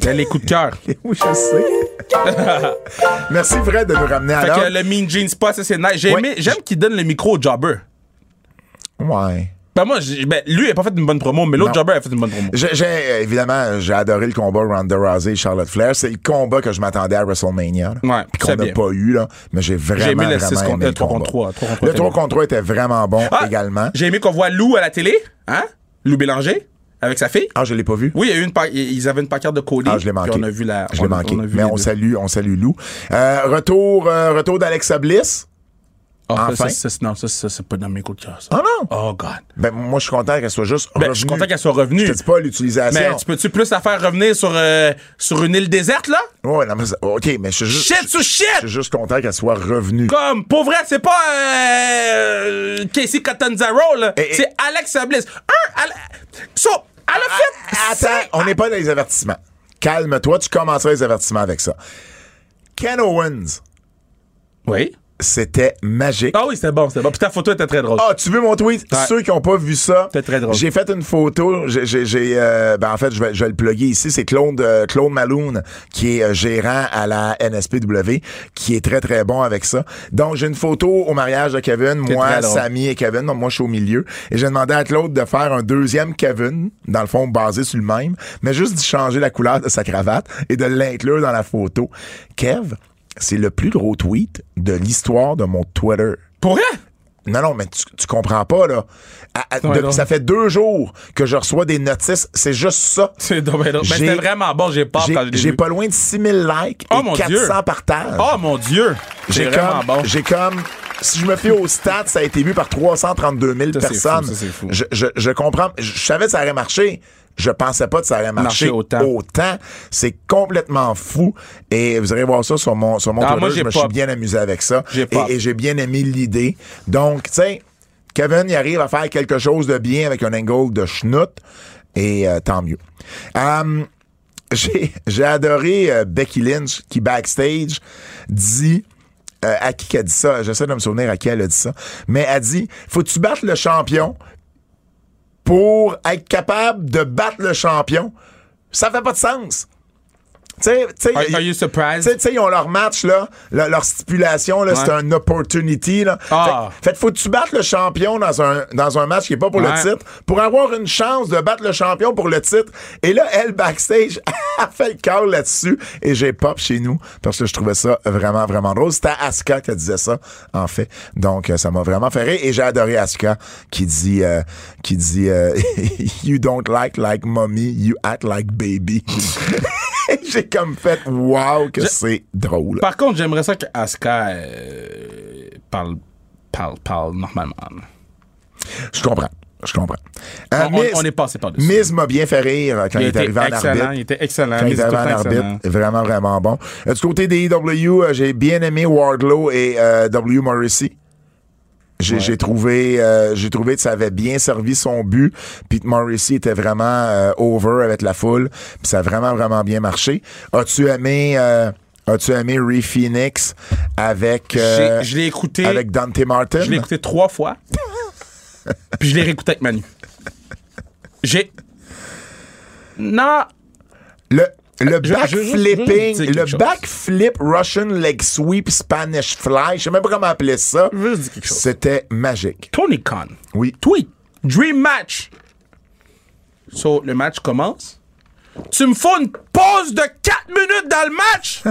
C: Ben, les coups de cœur. fait
B: Oui, je sais. Merci, Fred, de nous ramener à
C: que
B: l'ordre.
C: le mean jeans spot, ça c'est nice. J'ai
B: Ouais.
C: aimé- J'aime qu'il donne le micro au jobber.
B: Ouais.
C: Ben moi, j'ai- ben, lui, il a pas fait une bonne promo, mais l'autre
B: Non.
C: jobber a fait une bonne promo.
B: J'ai- J'ai, évidemment, j'ai adoré le combat Ronda Rousey et Charlotte Flair. C'est le combat que je m'attendais à WrestleMania. là,
C: Ouais,
B: puis qu'on
C: c'est
B: n'a
C: bien.
B: pas eu, là. Mais j'ai vraiment,
C: J'ai aimé le
B: vraiment
C: six contre-
B: aimé
C: le
B: le
C: trois contre
B: combat.
C: trois, trois contre
B: Le 3
C: trois, c'est
B: contre 3 était vraiment bon
C: Ah,
B: également.
C: J'ai aimé qu'on voit Lou à la télé, hein? Lou Bélanger, avec sa fille.
B: Ah, je l'ai pas vu.
C: Oui, il y a eu une pa- ils avaient une pancarte de Cody.
B: Ah, je l'ai manqué.
C: Puis on a vu la.
B: Je
C: on-
B: l'ai manqué.
C: on a vu
B: Mais
C: les
B: on
C: deux.
B: salue, on salue Lou. Euh, retour, euh, retour d'Alexa Bliss.
C: Ah, ça,
B: Enfin.
C: ça, ça, non, ça, ça, c'est pas dans mes coups de cœur, ça.
B: Ah non?
C: Oh, God.
B: Ben, moi, je suis content qu'elle soit juste
C: Ben, je suis
B: revenue.
C: content qu'elle soit revenue.
B: Je te dis pas l'utilisation.
C: Mais tu peux-tu plus la faire revenir sur, euh, sur une île déserte, là?
B: Ouais, non, mais ça- OK, mais je suis juste,
C: Shit sous
B: je
C: shit!
B: suis juste content qu'elle soit revenue.
C: Comme, pour vrai, c'est pas euh, Casey Catanzaro, là.
B: Et- et-
C: C'est Alexa Bliss. Un, elle, so, elle a
B: Ah,
C: fait.
B: Attends,
C: Ah, c'est-
B: on n'est pas dans les avertissements. Calme-toi, tu commenceras les avertissements avec ça. Ken Owens,
C: Oui.
B: c'était magique.
C: Ah oui, c'était bon, c'était bon. Puis ta photo était très drôle.
B: Ah, tu veux mon tweet?
C: Ouais.
B: Ceux qui n'ont pas vu ça,
C: C'était très drôle.
B: j'ai fait une photo. j'ai- j'ai- j'ai, euh, ben en fait, je vais, je vais le plugger ici. C'est Claude, euh, Claude Maloune, qui est euh, gérant à la NSPW, qui est très, très bon avec ça. Donc, j'ai une photo au mariage de Kevin,
C: C'est très
B: moi,
C: drôle.
B: Samy et Kevin. Donc, moi, je suis au milieu. Et j'ai demandé à Claude de faire un deuxième Kevin, dans le fond, basé sur le même, mais juste d'y changer la couleur de sa cravate et de l'inclure dans la photo. Kev, c'est le plus gros tweet de l'histoire de mon Twitter.
C: Pour vrai?
B: Non, non, mais tu, tu comprends pas, là. À- à-
C: Ouais,
B: de-
C: non.
B: ça fait deux jours que je reçois des notices. C'est juste ça.
C: C'est drôle. Mais
B: J'ai-
C: c'était vraiment bon, j'ai peur
B: J'ai-
C: quand je l'ai
B: J'ai
C: vu.
B: pas loin de 6000 likes
C: Oh,
B: et
C: mon
B: 400
C: Dieu.
B: partages.
C: Oh mon Dieu! C'est
B: j'ai
C: vraiment
B: comme,
C: bon.
B: j'ai comme, si je me fie au stats, ça a été vu par 332 000
C: Ça, c'est
B: personnes.
C: fou, ça, c'est fou.
B: Je, je, je comprends. Je, je savais que ça aurait marché. Je pensais pas que ça aurait marché,
C: Marché autant.
B: C'est complètement fou. Et vous irez voir ça sur mon, sur mon
C: Ah,
B: Twitter.
C: moi, j'ai
B: je me
C: pop.
B: suis bien amusé avec ça.
C: J'ai
B: Et-
C: pop.
B: et j'ai bien aimé l'idée. Donc, tu sais, Kevin, il arrive à faire quelque chose de bien avec un angle de schnout. Et euh, tant mieux. Hum, j'ai j'ai adoré euh, Becky Lynch qui backstage dit euh, à qui qu'elle a dit ça, j'essaie de me souvenir à qui elle a dit ça, mais elle dit faut que tu battes le champion pour être capable de battre le champion. Ça fait pas de sens. Tu sais, tu sais,
C: Are,
B: il-
C: are you surprised?
B: tu sais, tu sais, ils ont leur match, là, le- leur stipulation, là, c'est
C: Ouais.
B: un opportunity. Là.
C: Ah.
B: Fait, fait que faut que tu battes le champion dans un, dans un match qui est pas pour
C: Ouais.
B: le titre, pour avoir une chance de battre le champion pour le titre. Et là, elle, backstage, a fait le call là-dessus. Et j'ai pop chez nous parce que je trouvais ça vraiment, vraiment drôle. C'était Asuka qui disait ça, en fait. Donc, euh, ça m'a vraiment fait rire. Et j'ai adoré Asuka qui dit, euh, qui dit euh, You don't like like mommy, you act like baby. J'ai comme fait wow que c'est drôle.
C: Par contre, j'aimerais ça que Asuka euh, parle, parle, parle normalement.
B: Je comprends. Je comprends. Euh,
C: on, on-
B: Miz-
C: on est passé par-dessus.
B: Miz m'a bien fait rire euh, quand il,
C: il
B: est
C: était
B: arrivé en
C: excellent,
B: arbitre.
C: il était excellent.
B: Quand il
C: Miz
B: est
C: est tout
B: arrivé en
C: le temps
B: arbitre,
C: Euh, excellent.
B: vraiment, vraiment bon. Euh, du côté des IW, euh, j'ai bien aimé Wardlow et euh, W. Morrissey. J'ai j'ai trouvé, euh, j'ai trouvé que ça avait bien servi son but. Puis que Morrissey était vraiment euh, over avec la foule. Puis ça a vraiment, vraiment bien marché. As-tu aimé, euh, as-tu aimé Ree Phoenix avec, euh,
C: J'ai- Je l'ai écouté,
B: avec Dante Martin?
C: je l'ai écouté trois fois, puis je l'ai réécouté avec Manu. J'ai... Non,
B: Le, le
C: Je- je- je-
B: backflipping,
C: je- je-
B: le
C: quelque chose.
B: backflip Russian leg sweep Spanish fly, je sais même pas comment appeler ça.
C: Je veux dire quelque chose.
B: C'était magique.
C: Tony Khan.
B: Oui.
C: Tweet. Dream match. So, le match commence. Tu me fais une pause de 4 minutes dans le match?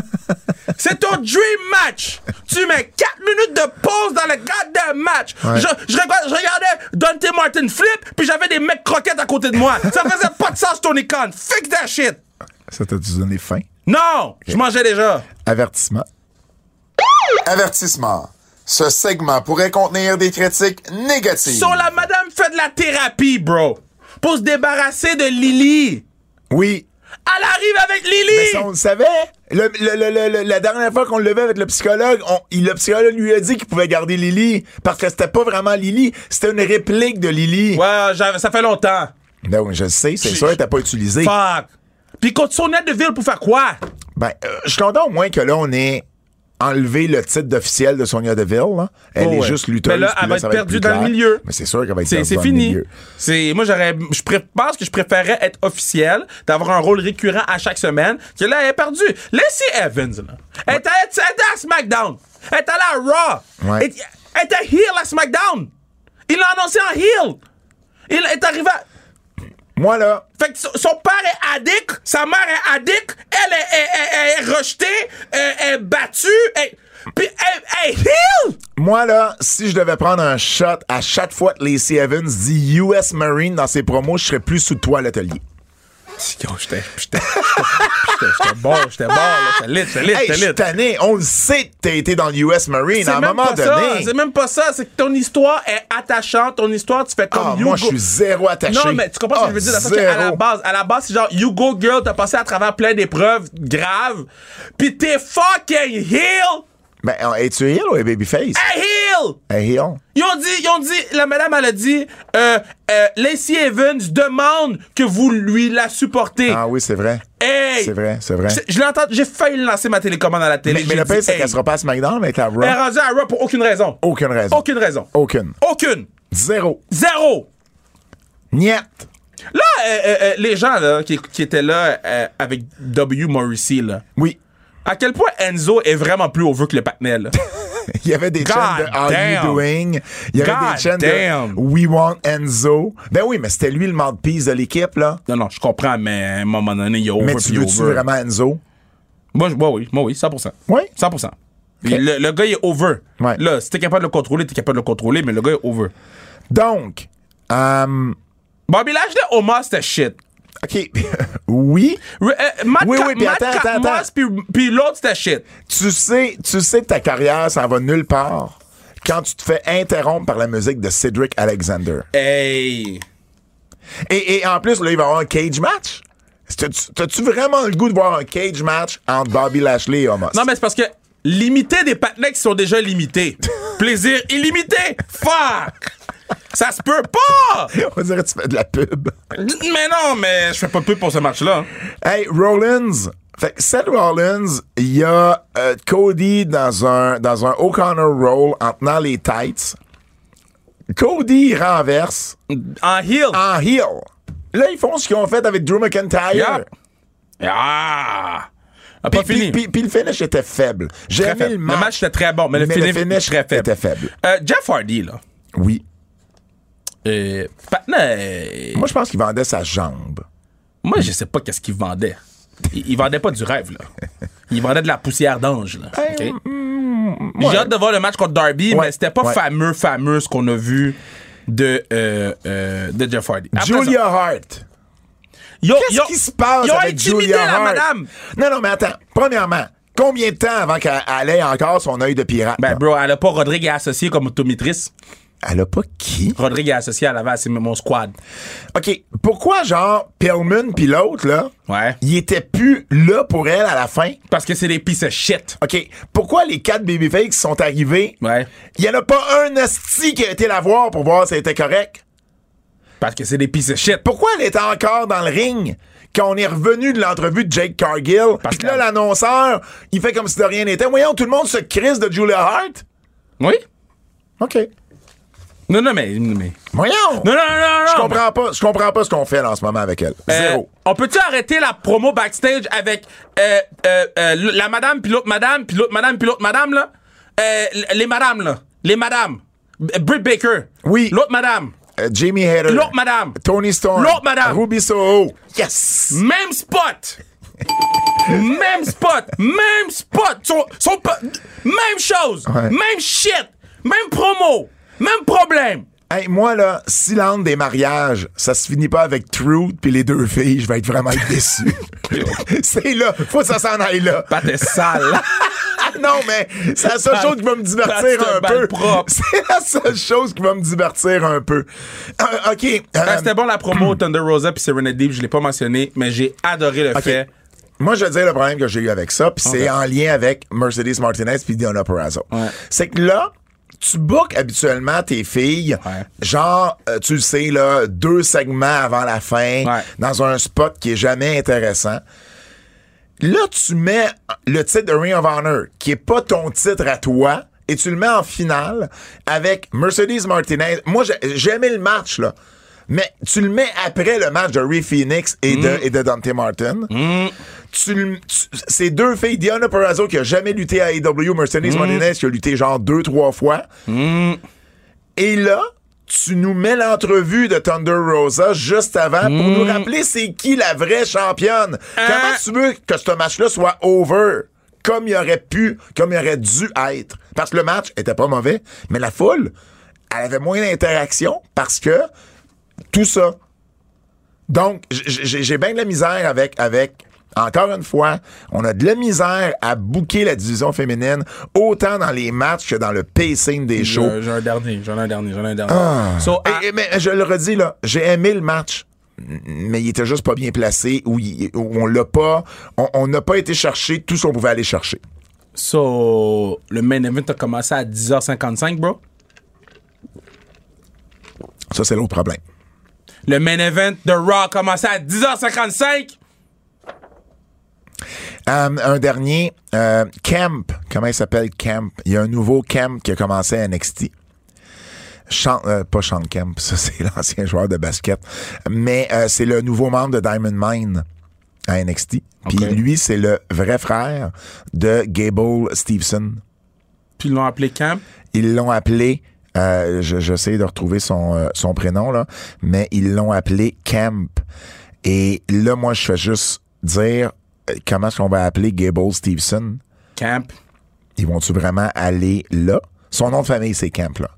C: C'est ton dream match! Tu mets 4 minutes de pause dans le goddamn match!
B: Ouais.
C: Je, je regardais, je regardais Dante Martin flip, puis j'avais des mecs croquettes à côté de moi! Ça faisait pas de sens, Tony Khan! Fix that shit!
B: Ça t'a dû donner faim.
C: Non! Je mangeais déjà!
B: Avertissement. Avertissement. Ce segment pourrait contenir des critiques négatives.
C: Sur la madame fait de la thérapie, bro. Pour se débarrasser de Lily.
B: Oui.
C: Elle arrive avec
B: Mais ça, on
C: Lily.
B: le savait. Le- le- le- le- le- la dernière fois qu'on le levait avec le psychologue, on- il- le psychologue lui a dit qu'il pouvait garder Lily parce que c'était pas vraiment Lily, c'était une réplique de Lily.
C: Ouais, j'avais- ça fait longtemps.
B: Ben oui, je le sais, c'est
C: J'ai-
B: sûr, t'as pas utilisé.
C: Fuck. Puis contre son aide de ville pour faire quoi?
B: Ben, euh, je suis content au moins que là, on ait enlevé le titre officiel de Sonia Deville. là. Elle
C: Oh
B: est
C: ouais.
B: juste lutteuse.
C: Mais là,
B: puis
C: elle va
B: ça
C: être
B: plus
C: perdue dans
B: clair.
C: le milieu.
B: Mais c'est sûr qu'elle va être
C: C'est
B: perdue
C: c'est
B: dans le
C: fini.
B: milieu.
C: C'est moi j'aurais je pré- pense que je préférais être officiel, d'avoir un rôle récurrent à chaque semaine, que là elle est perdue. Lacey Evans là. Elle était elle était à SmackDown. Elle était à la Raw.
B: Ouais.
C: Elle elle était heel à SmackDown. Il l'a annoncé en heel. Il est arrivé à-
B: Moi, là,
C: Fait que son- son père est addict, sa mère est addict, elle est, est- est- est- est rejetée, elle elle est battue, elle, puis elle, elle est heel!
B: Moi, là, si je devais prendre un shot à chaque fois que Lacey Evans dit US Marine dans ses promos, je serais plus sous toi à l'atelier.
C: Yo, j'étais, j'étais, j'étais, j'étais bon, j'étais bon, là, j'étais lit, j'étais lit,
B: Hey, je
C: j'étais
B: suis
C: lit.
B: tanné. On le sait que t'as été dans l'US Marine
C: C'est
B: à un
C: même
B: moment
C: pas ça,
B: donné.
C: c'est même pas ça, c'est que ton histoire est attachante, ton histoire, tu fais comme
B: Ah,
C: you
B: moi,
C: go-
B: je suis zéro attaché.
C: Non, mais tu comprends ce que
B: Ah,
C: je veux dire? Dans le sens que à la
B: zéro.
C: base, à la base, c'est genre, you go girl, t'as passé à travers plein d'épreuves graves, pis t'es fucking heel,
B: Ben, euh, es-tu heel ou est babyface?
C: hey heel!
B: Hey, heel.
C: Ils ont dit, ils ont dit, la madame, elle a dit, euh, euh, Lacey Evans demande que vous lui la supportez.
B: Ah oui, c'est vrai.
C: hey!
B: C'est vrai, c'est vrai.
C: Je- Je l'entends, j'ai failli lancer ma télécommande à la télé.
B: Mais, mais
C: J'ai
B: le
C: dit,
B: pire, c'est
C: hey.
B: qu'elle sera pas à SmackDown, mais la Raw.
C: Elle est rendue à Raw pour aucune raison.
B: Aucune raison.
C: Aucune raison.
B: Aucune.
C: Aucune.
B: Zéro.
C: Zéro.
B: Niette.
C: Là, euh, euh, euh, les gens là, qui, qui étaient là euh, avec W. Morrissey, là,
B: Oui.
C: à quel point Enzo est vraiment plus over que le Patnel? là?
B: Il y avait des
C: God
B: chaînes de How
C: damn.
B: You Doing. Il y avait
C: God
B: des chaînes
C: damn.
B: de We Want Enzo. Ben oui, mais c'était lui le mouthpiece de l'équipe, là.
C: non, non, je comprends, mais à un moment donné, il est over.
B: Mais
C: puis
B: tu
C: il est
B: veux-tu
C: over.
B: vraiment Enzo?
C: Moi, je- moi, oui, moi, oui, 100%.
B: Oui?
C: 100%. Il- Le, le gars, il est over.
B: Ouais.
C: Là, si t'es capable de le contrôler, t'es capable de le contrôler, mais le gars est over.
B: Donc, euh,
C: Bobby Lashley, Omar, c'était shit.
B: OK. oui.
C: Re- euh, Matt
B: Oui,
C: Ca-
B: oui, puis
C: Matt
B: attends,
C: Ca-
B: attends, attends.
C: Moss, puis- puis l'autre, c'était shit.
B: Tu sais, tu sais que ta carrière, ça va nulle part quand tu te fais interrompre par la musique de Cedric Alexander.
C: Hey!
B: Et, et en plus, là, il va y avoir un cage match. T'as-tu- T'as-tu vraiment le goût de voir un cage match entre Bobby Lashley et Omos?
C: Non, mais c'est parce que limiter des patinets qui sont déjà limités. Plaisir illimité! Fuck! Ça se peut pas!
B: On dirait que tu fais de la pub.
C: Mais non, mais je fais pas de pub pour ce match-là.
B: Hey, Rollins. Fait que Seth Rollins, il y a euh, Cody dans un, dans un O'Connor roll en tenant les tights. Cody renverse
C: En heel.
B: en heel. Là, ils font ce qu'ils ont fait avec Drew McIntyre.
C: Yeah. Ah! Ah,
B: Puis,
C: Pas
B: puis-
C: fini.
B: puis- puis le finish était faible. J'ai
C: Très
B: aimé
C: faible.
B: le match.
C: était très bon, mais le
B: Mais le
C: finish,
B: finish
C: très faible.
B: était faible.
C: Euh, Jeff Hardy, là.
B: Oui.
C: Euh, Patna, euh,
B: Moi, je pense qu'il vendait sa jambe.
C: moi, je sais pas qu'est-ce qu'il vendait. Il, il vendait pas du rêve, là. Il vendait de la poussière d'ange, là. OK? J'ai hâte de voir le match contre Darby,
B: mm, Ouais,
C: mais c'était pas
B: ouais.
C: fameux, fameux ce qu'on a vu de, euh, euh, de Jeff Hardy. Après
B: Julia Hart.
C: ça, yo-
B: Qu'est-ce
C: yo-
B: qui se passe
C: Ils ont
B: avec
C: intimidé
B: Julia
C: la
B: Hart?
C: madame.
B: Non, non, mais attends. Premièrement, combien de temps avant qu'elle elle ait encore son œil de pirate?
C: Ben,
B: là?
C: bro, elle a pas Rodrigue et associé comme automitrice.
B: Elle a pas qui?
C: Rodrigue et associé, elle avait assez mon squad.
B: OK, pourquoi, genre, Pillman puis l'autre, là,
C: Ouais.
B: ils étaient plus là pour elle à la fin?
C: Parce que c'est des pieces of shit.
B: OK, pourquoi les quatre babyface qui sont arrivés,
C: Ouais.
B: il y en a pas un esti qui a été la voir pour voir si elle était correcte?
C: Parce que c'est des pieces of shit.
B: Pourquoi elle était encore dans le ring quand on est revenu de l'entrevue de Jake Cargill?
C: Parce
B: Puis que là,
C: que-
B: l'annonceur, il fait comme si de rien n'était. Voyons, tout le monde se crisse de Julia Hart?
C: Oui?
B: OK.
C: Non, non, mais. mais-
B: Voyons!
C: Non, non, non, non!
B: Je comprends pas, je comprends pas ce qu'on fait là, en ce moment avec elle.
C: Euh,
B: Zéro.
C: on peut-tu arrêter la promo backstage avec euh, euh, euh, l- la madame, puis l'autre madame, puis l'autre madame, puis l'autre madame, là? Euh, l- les madames, là. Les madames. B- Britt Baker.
B: Oui.
C: L'autre madame.
B: Euh, Jamie Hader.
C: L'autre madame.
B: Tony Storm.
C: L'autre madame.
B: Ruby Soho. Yes!
C: Même spot. même spot. Même spot. Son- son pe- même chose.
B: Ouais.
C: Même shit. Même promo. Même problème.
B: Hey, moi, là, si l'âme des mariages, ça se finit pas avec Truth puis les deux filles, je vais être vraiment déçu. C'est là. Faut que ça s'en aille là.
C: Pas de sale.
B: non, mais c'est la seule
C: Balle-
B: chose qui va me divertir
C: balle-
B: un
C: balle
B: peu.
C: propre.
B: C'est la seule chose qui va me divertir un peu. Euh, OK. euh,
C: Ah, C'était bon la promo Thunder Rosa puis Serena Deep, je l'ai pas mentionné, mais j'ai adoré le fait.
B: Moi, je veux dire le problème que j'ai eu avec ça, puis c'est en lien avec Mercedes Martinez puis Diana Perazzo.
C: Ouais.
B: C'est que là, tu bookes habituellement tes filles,
C: Ouais.
B: genre, euh, tu le sais, là, deux segments avant la fin, dans un spot qui est jamais intéressant. Là, tu mets le titre de Ring of Honor, qui est pas ton titre à toi, et tu le mets en finale avec Mercedes Martinez. Moi, j'ai- j'ai aimé le match, là. Mais tu le mets après le match de Ray Phoenix et, de,
C: Mm.
B: et de Dante Martin. Tu, le- tu- ces deux filles, Diana Perazzo qui a jamais lutté à AEW, Mercedes Martinez qui a lutté genre deux, trois fois. Et là, tu nous mets l'entrevue de Thunder Rosa juste avant pour nous rappeler c'est qui la vraie championne. Comment tu veux que ce match-là soit over? Comme il aurait pu, comme il aurait dû être. Parce que le match était pas mauvais, mais la foule, elle avait moins d'interaction parce que tout ça. Donc, j- j- j'ai bien de la misère avec, avec, encore une fois, on a de la misère à bouquer la division féminine autant dans les matchs que dans le pacing des shows.
C: J'ai j'ai un dernier, j'en ai un dernier, j'en ai un dernier. So, ah, à-
B: Et- et- mais je le redis, là, j'ai aimé le match, mais il était juste pas bien placé, ou, il- ou on l'a pas, on on n'a pas été chercher tout ce qu'on pouvait aller chercher.
C: so, le main event a commencé à 10h55, bro.
B: Ça, c'est l'autre problème.
C: Le main event de Raw a commencé à 10h55.
B: Euh, un dernier, euh, Camp, comment il s'appelle Camp? Il y a un nouveau Camp qui a commencé à NXT. Sean- euh, pas Sean Camp, ça c'est l'ancien joueur de basket, mais euh, c'est le nouveau membre de Diamond Mine à NXT. Puis
C: Ok.
B: lui, c'est le vrai frère de Gable Stevenson.
C: Puis ils l'ont appelé Camp.
B: Ils l'ont appelé, euh, je- j'essaie de retrouver son, euh, son prénom, là, mais ils l'ont appelé Camp. Et là, moi, je fais juste dire euh, comment est-ce qu'on va appeler Gable Stevenson.
C: Camp.
B: Ils vont-tu vraiment aller là? Son nom de famille, c'est Camp, là.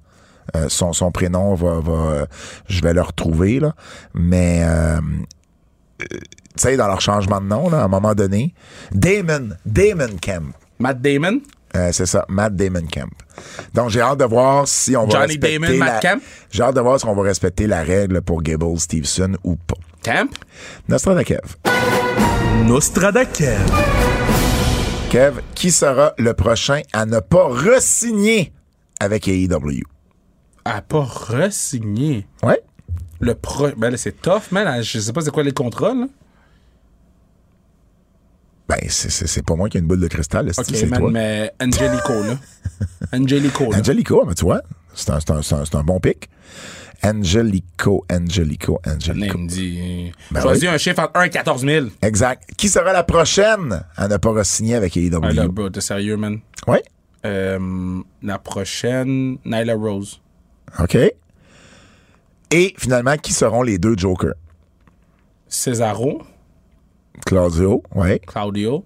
B: Euh, son, son prénom va, va euh, je vais le retrouver là mais euh, euh, tu sais dans leur changement de nom là, à un moment donné Damon Damon Camp
C: Matt Damon.
B: euh, c'est ça, Matt Damon Camp. Donc j'ai hâte de voir si on va
C: Johnny
B: respecter
C: Damon,
B: la...
C: Matt Kemp?
B: J'ai hâte de voir si on va respecter la règle pour Gable Stevenson ou pas.
C: Camp.
B: Nostradakev.
C: Nostradakev.
B: Kev, qui sera le prochain à ne pas re-signer avec E AEW?
C: A pas re-signé.
B: Ouais.
C: Le pro. Ben là, c'est tough, man. Je sais pas c'est quoi les contrats, là.
B: Ben, c'est- c'est c'est pas moi qui ai une boule de cristal, esti,
C: Ok,
B: c'est
C: man,
B: toi.
C: mais Angelico, là. Angelico, là.
B: Angelico, mais tu vois, c'est un, c'est un- c'est un- c'est un bon pic. Angelico, Angelico,
C: Mais
B: Angelico.
C: il me dit.
B: Ben
C: Choisis
B: oui.
C: un chiffre entre 1 et 14 000.
B: Exact. Qui sera la prochaine à ne pas re-signer avec
C: Ah, là,
B: AEW?
C: bro, t'es sérieux, man.
B: Ouais.
C: Euh, la prochaine, Nyla Rose.
B: OK. Et finalement, qui seront les deux jokers?
C: Cesaro,
B: Claudio, oui.
C: Claudio.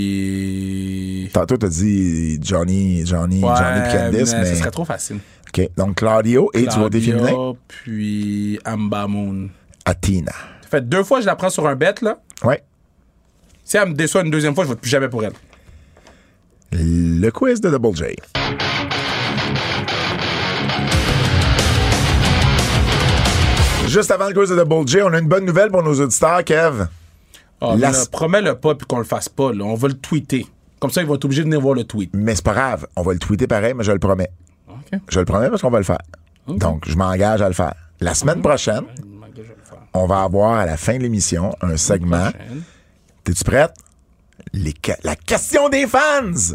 C: Puis.
B: Tantôt, t'as dit Johnny, Johnny, Johnny puis Candice, mais...
C: ça serait trop facile.
B: OK, donc Claudio et du côté féminin,
C: Claudio, puis Amba Moon.
B: Athena.
C: Ça fait deux fois que je la prends sur un bet, là.
B: Oui.
C: Si elle me déçoit une deuxième fois, je vote plus jamais pour elle.
B: Le quiz de Double J. Juste avant le quiz de Double J, on a une bonne nouvelle pour nos auditeurs, Kev.
C: Ah,
B: La-
C: mais là, Promets-le pas puis qu'on le fasse pas, là. On va le tweeter. Comme ça, ils vont être obligés de venir voir le tweet.
B: Mais c'est pas grave, on va le tweeter pareil, mais je le promets.
C: OK.
B: Je le promets parce qu'on va le faire. Donc, je m'engage à le faire. La semaine prochaine,
C: Je vais le faire.
B: on va avoir à la fin de l'émission un segment. T'es-tu prête? Les que- La question des fans!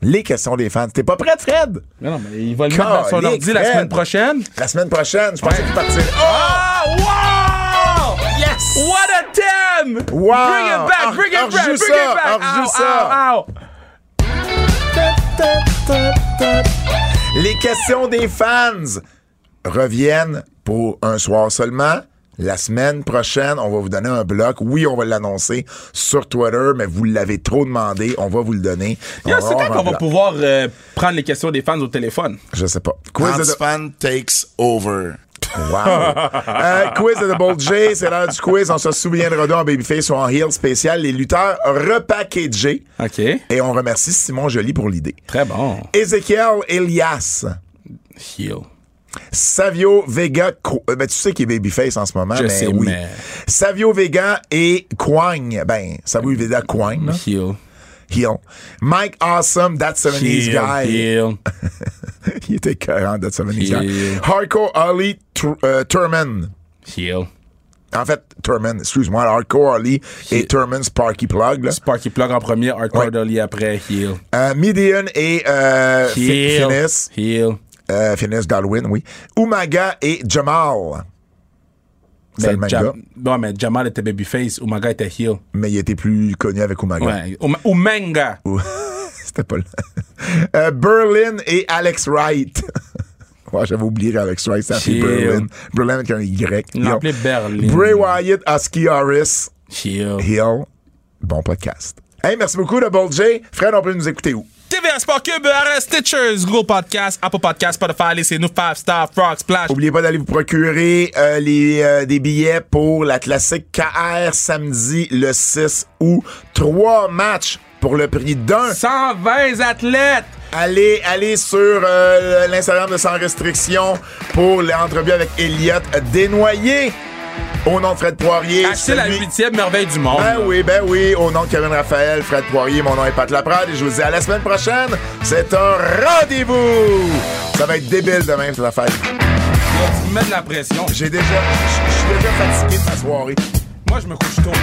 B: Les questions des fans. T'es pas prête, Fred?
C: Mais non, mais il va le mettre dans son
B: Calique,
C: ordi la
B: Fred.
C: semaine prochaine.
B: La semaine prochaine, je pense
C: Ouais.
B: que tu partir.
C: Ah, wow! Yes! What a 10!
B: Wow!
C: Bring it back,
B: Or-
C: bring it back,
B: orjoue
C: bring
B: ça,
C: it back!
B: orjoue
C: Ow,
B: ça.
C: ow, ow.
B: Les questions des fans reviennent pour un soir seulement. La semaine prochaine, on va vous donner un bloc. Oui, on va l'annoncer sur Twitter, mais vous l'avez trop demandé. On va vous le donner. Ah, On
C: Yo,
B: va
C: c'est
B: avoir
C: quand
B: un
C: qu'on va
B: bloc.
C: pouvoir euh, prendre les questions des fans au téléphone?
B: Je sais pas. Quiz de-
A: Hans Fan takes over.
B: Wow! Euh, quiz de The Bold J, c'est l'heure du quiz. On se souviendra d'un en Babyface ou en Heel spécial. Les lutteurs repackagés.
C: OK.
B: Et on remercie Simon Joly pour l'idée.
C: Très bon.
B: Ezekiel Elias.
C: Heel.
B: Savio Vega. Qu- euh, Ben, tu sais qu'il est Babyface en ce moment.
C: Je
B: mais
C: sais,
B: oui.
C: mais-
B: Savio Vega et Quang. Ben, Savio Vega Quang. là.
C: Heel.
B: Heel. Mike Awesome, That 70s
C: Heel.
B: Guy.
C: Heel.
B: Il était écœurant, That 70s Guy.
C: Heel.
B: Hardcore Ali Tr- euh, Turman.
C: Heel.
B: En fait, Turman, excuse-moi, Hardcore Ali et Turman Sparky Plug. Là.
C: Sparky Plug en premier, Hardcore
B: Ouais.
C: Dolly après. Heel.
B: Euh, Midian et euh, Fi-
C: Heel.
B: Finesse.
C: Heel.
B: Euh, Finesse Godwin, oui. Umaga et Jamal. C'est le
C: Ben,
B: même
C: Jam-
B: gars,
C: Non, mais Jamal était Babyface. Umaga était Heel.
B: mais il était plus connu avec Umaga.
C: Ouais. Um- Umanga.
B: Ou- C'était pas là. Euh, Berlin et Alex Wright. ouais, j'avais oublié Alex Wright, ça fait
C: Chill.
B: Berlin. Berlin avec un Y.
C: Il
B: Yo.
C: l'appelait Berlin.
B: Bray Wyatt, Husky Harris,
C: Heel.
B: Hill. Bon podcast. Hey, merci beaucoup, le Bold J. Fred, on peut nous écouter où?
C: TVA Sport Cube, RS Stitchers, Google Podcast, Apple Podcast, Spotify, laissez-nous 5 Star, Frog Splash.
B: Oubliez pas d'aller vous procurer euh, les, euh, des billets pour la classique KR samedi le 6 août. Trois matchs pour le prix d'un.
C: 120 athlètes!
B: Allez, allez sur euh, l'Instagram de Sans Restriction pour l'entrevue avec Elliot Desnoyers. Au nom de Fred Poirier.
C: Achetez Ah, la
B: celui-
C: huitième merveille du monde.
B: Ben oui, ben oui. Au nom de Kevin Raphaël, Fred Poirier, mon nom est Pat Laprade et je vous dis à la semaine prochaine. C'est un rendez-vous. Ça va être débile demain, cette affaire.
C: Tu mets de la pression.
B: J'ai déjà, je suis déjà fatigué de ma soirée.
C: Moi, je me couche tôt.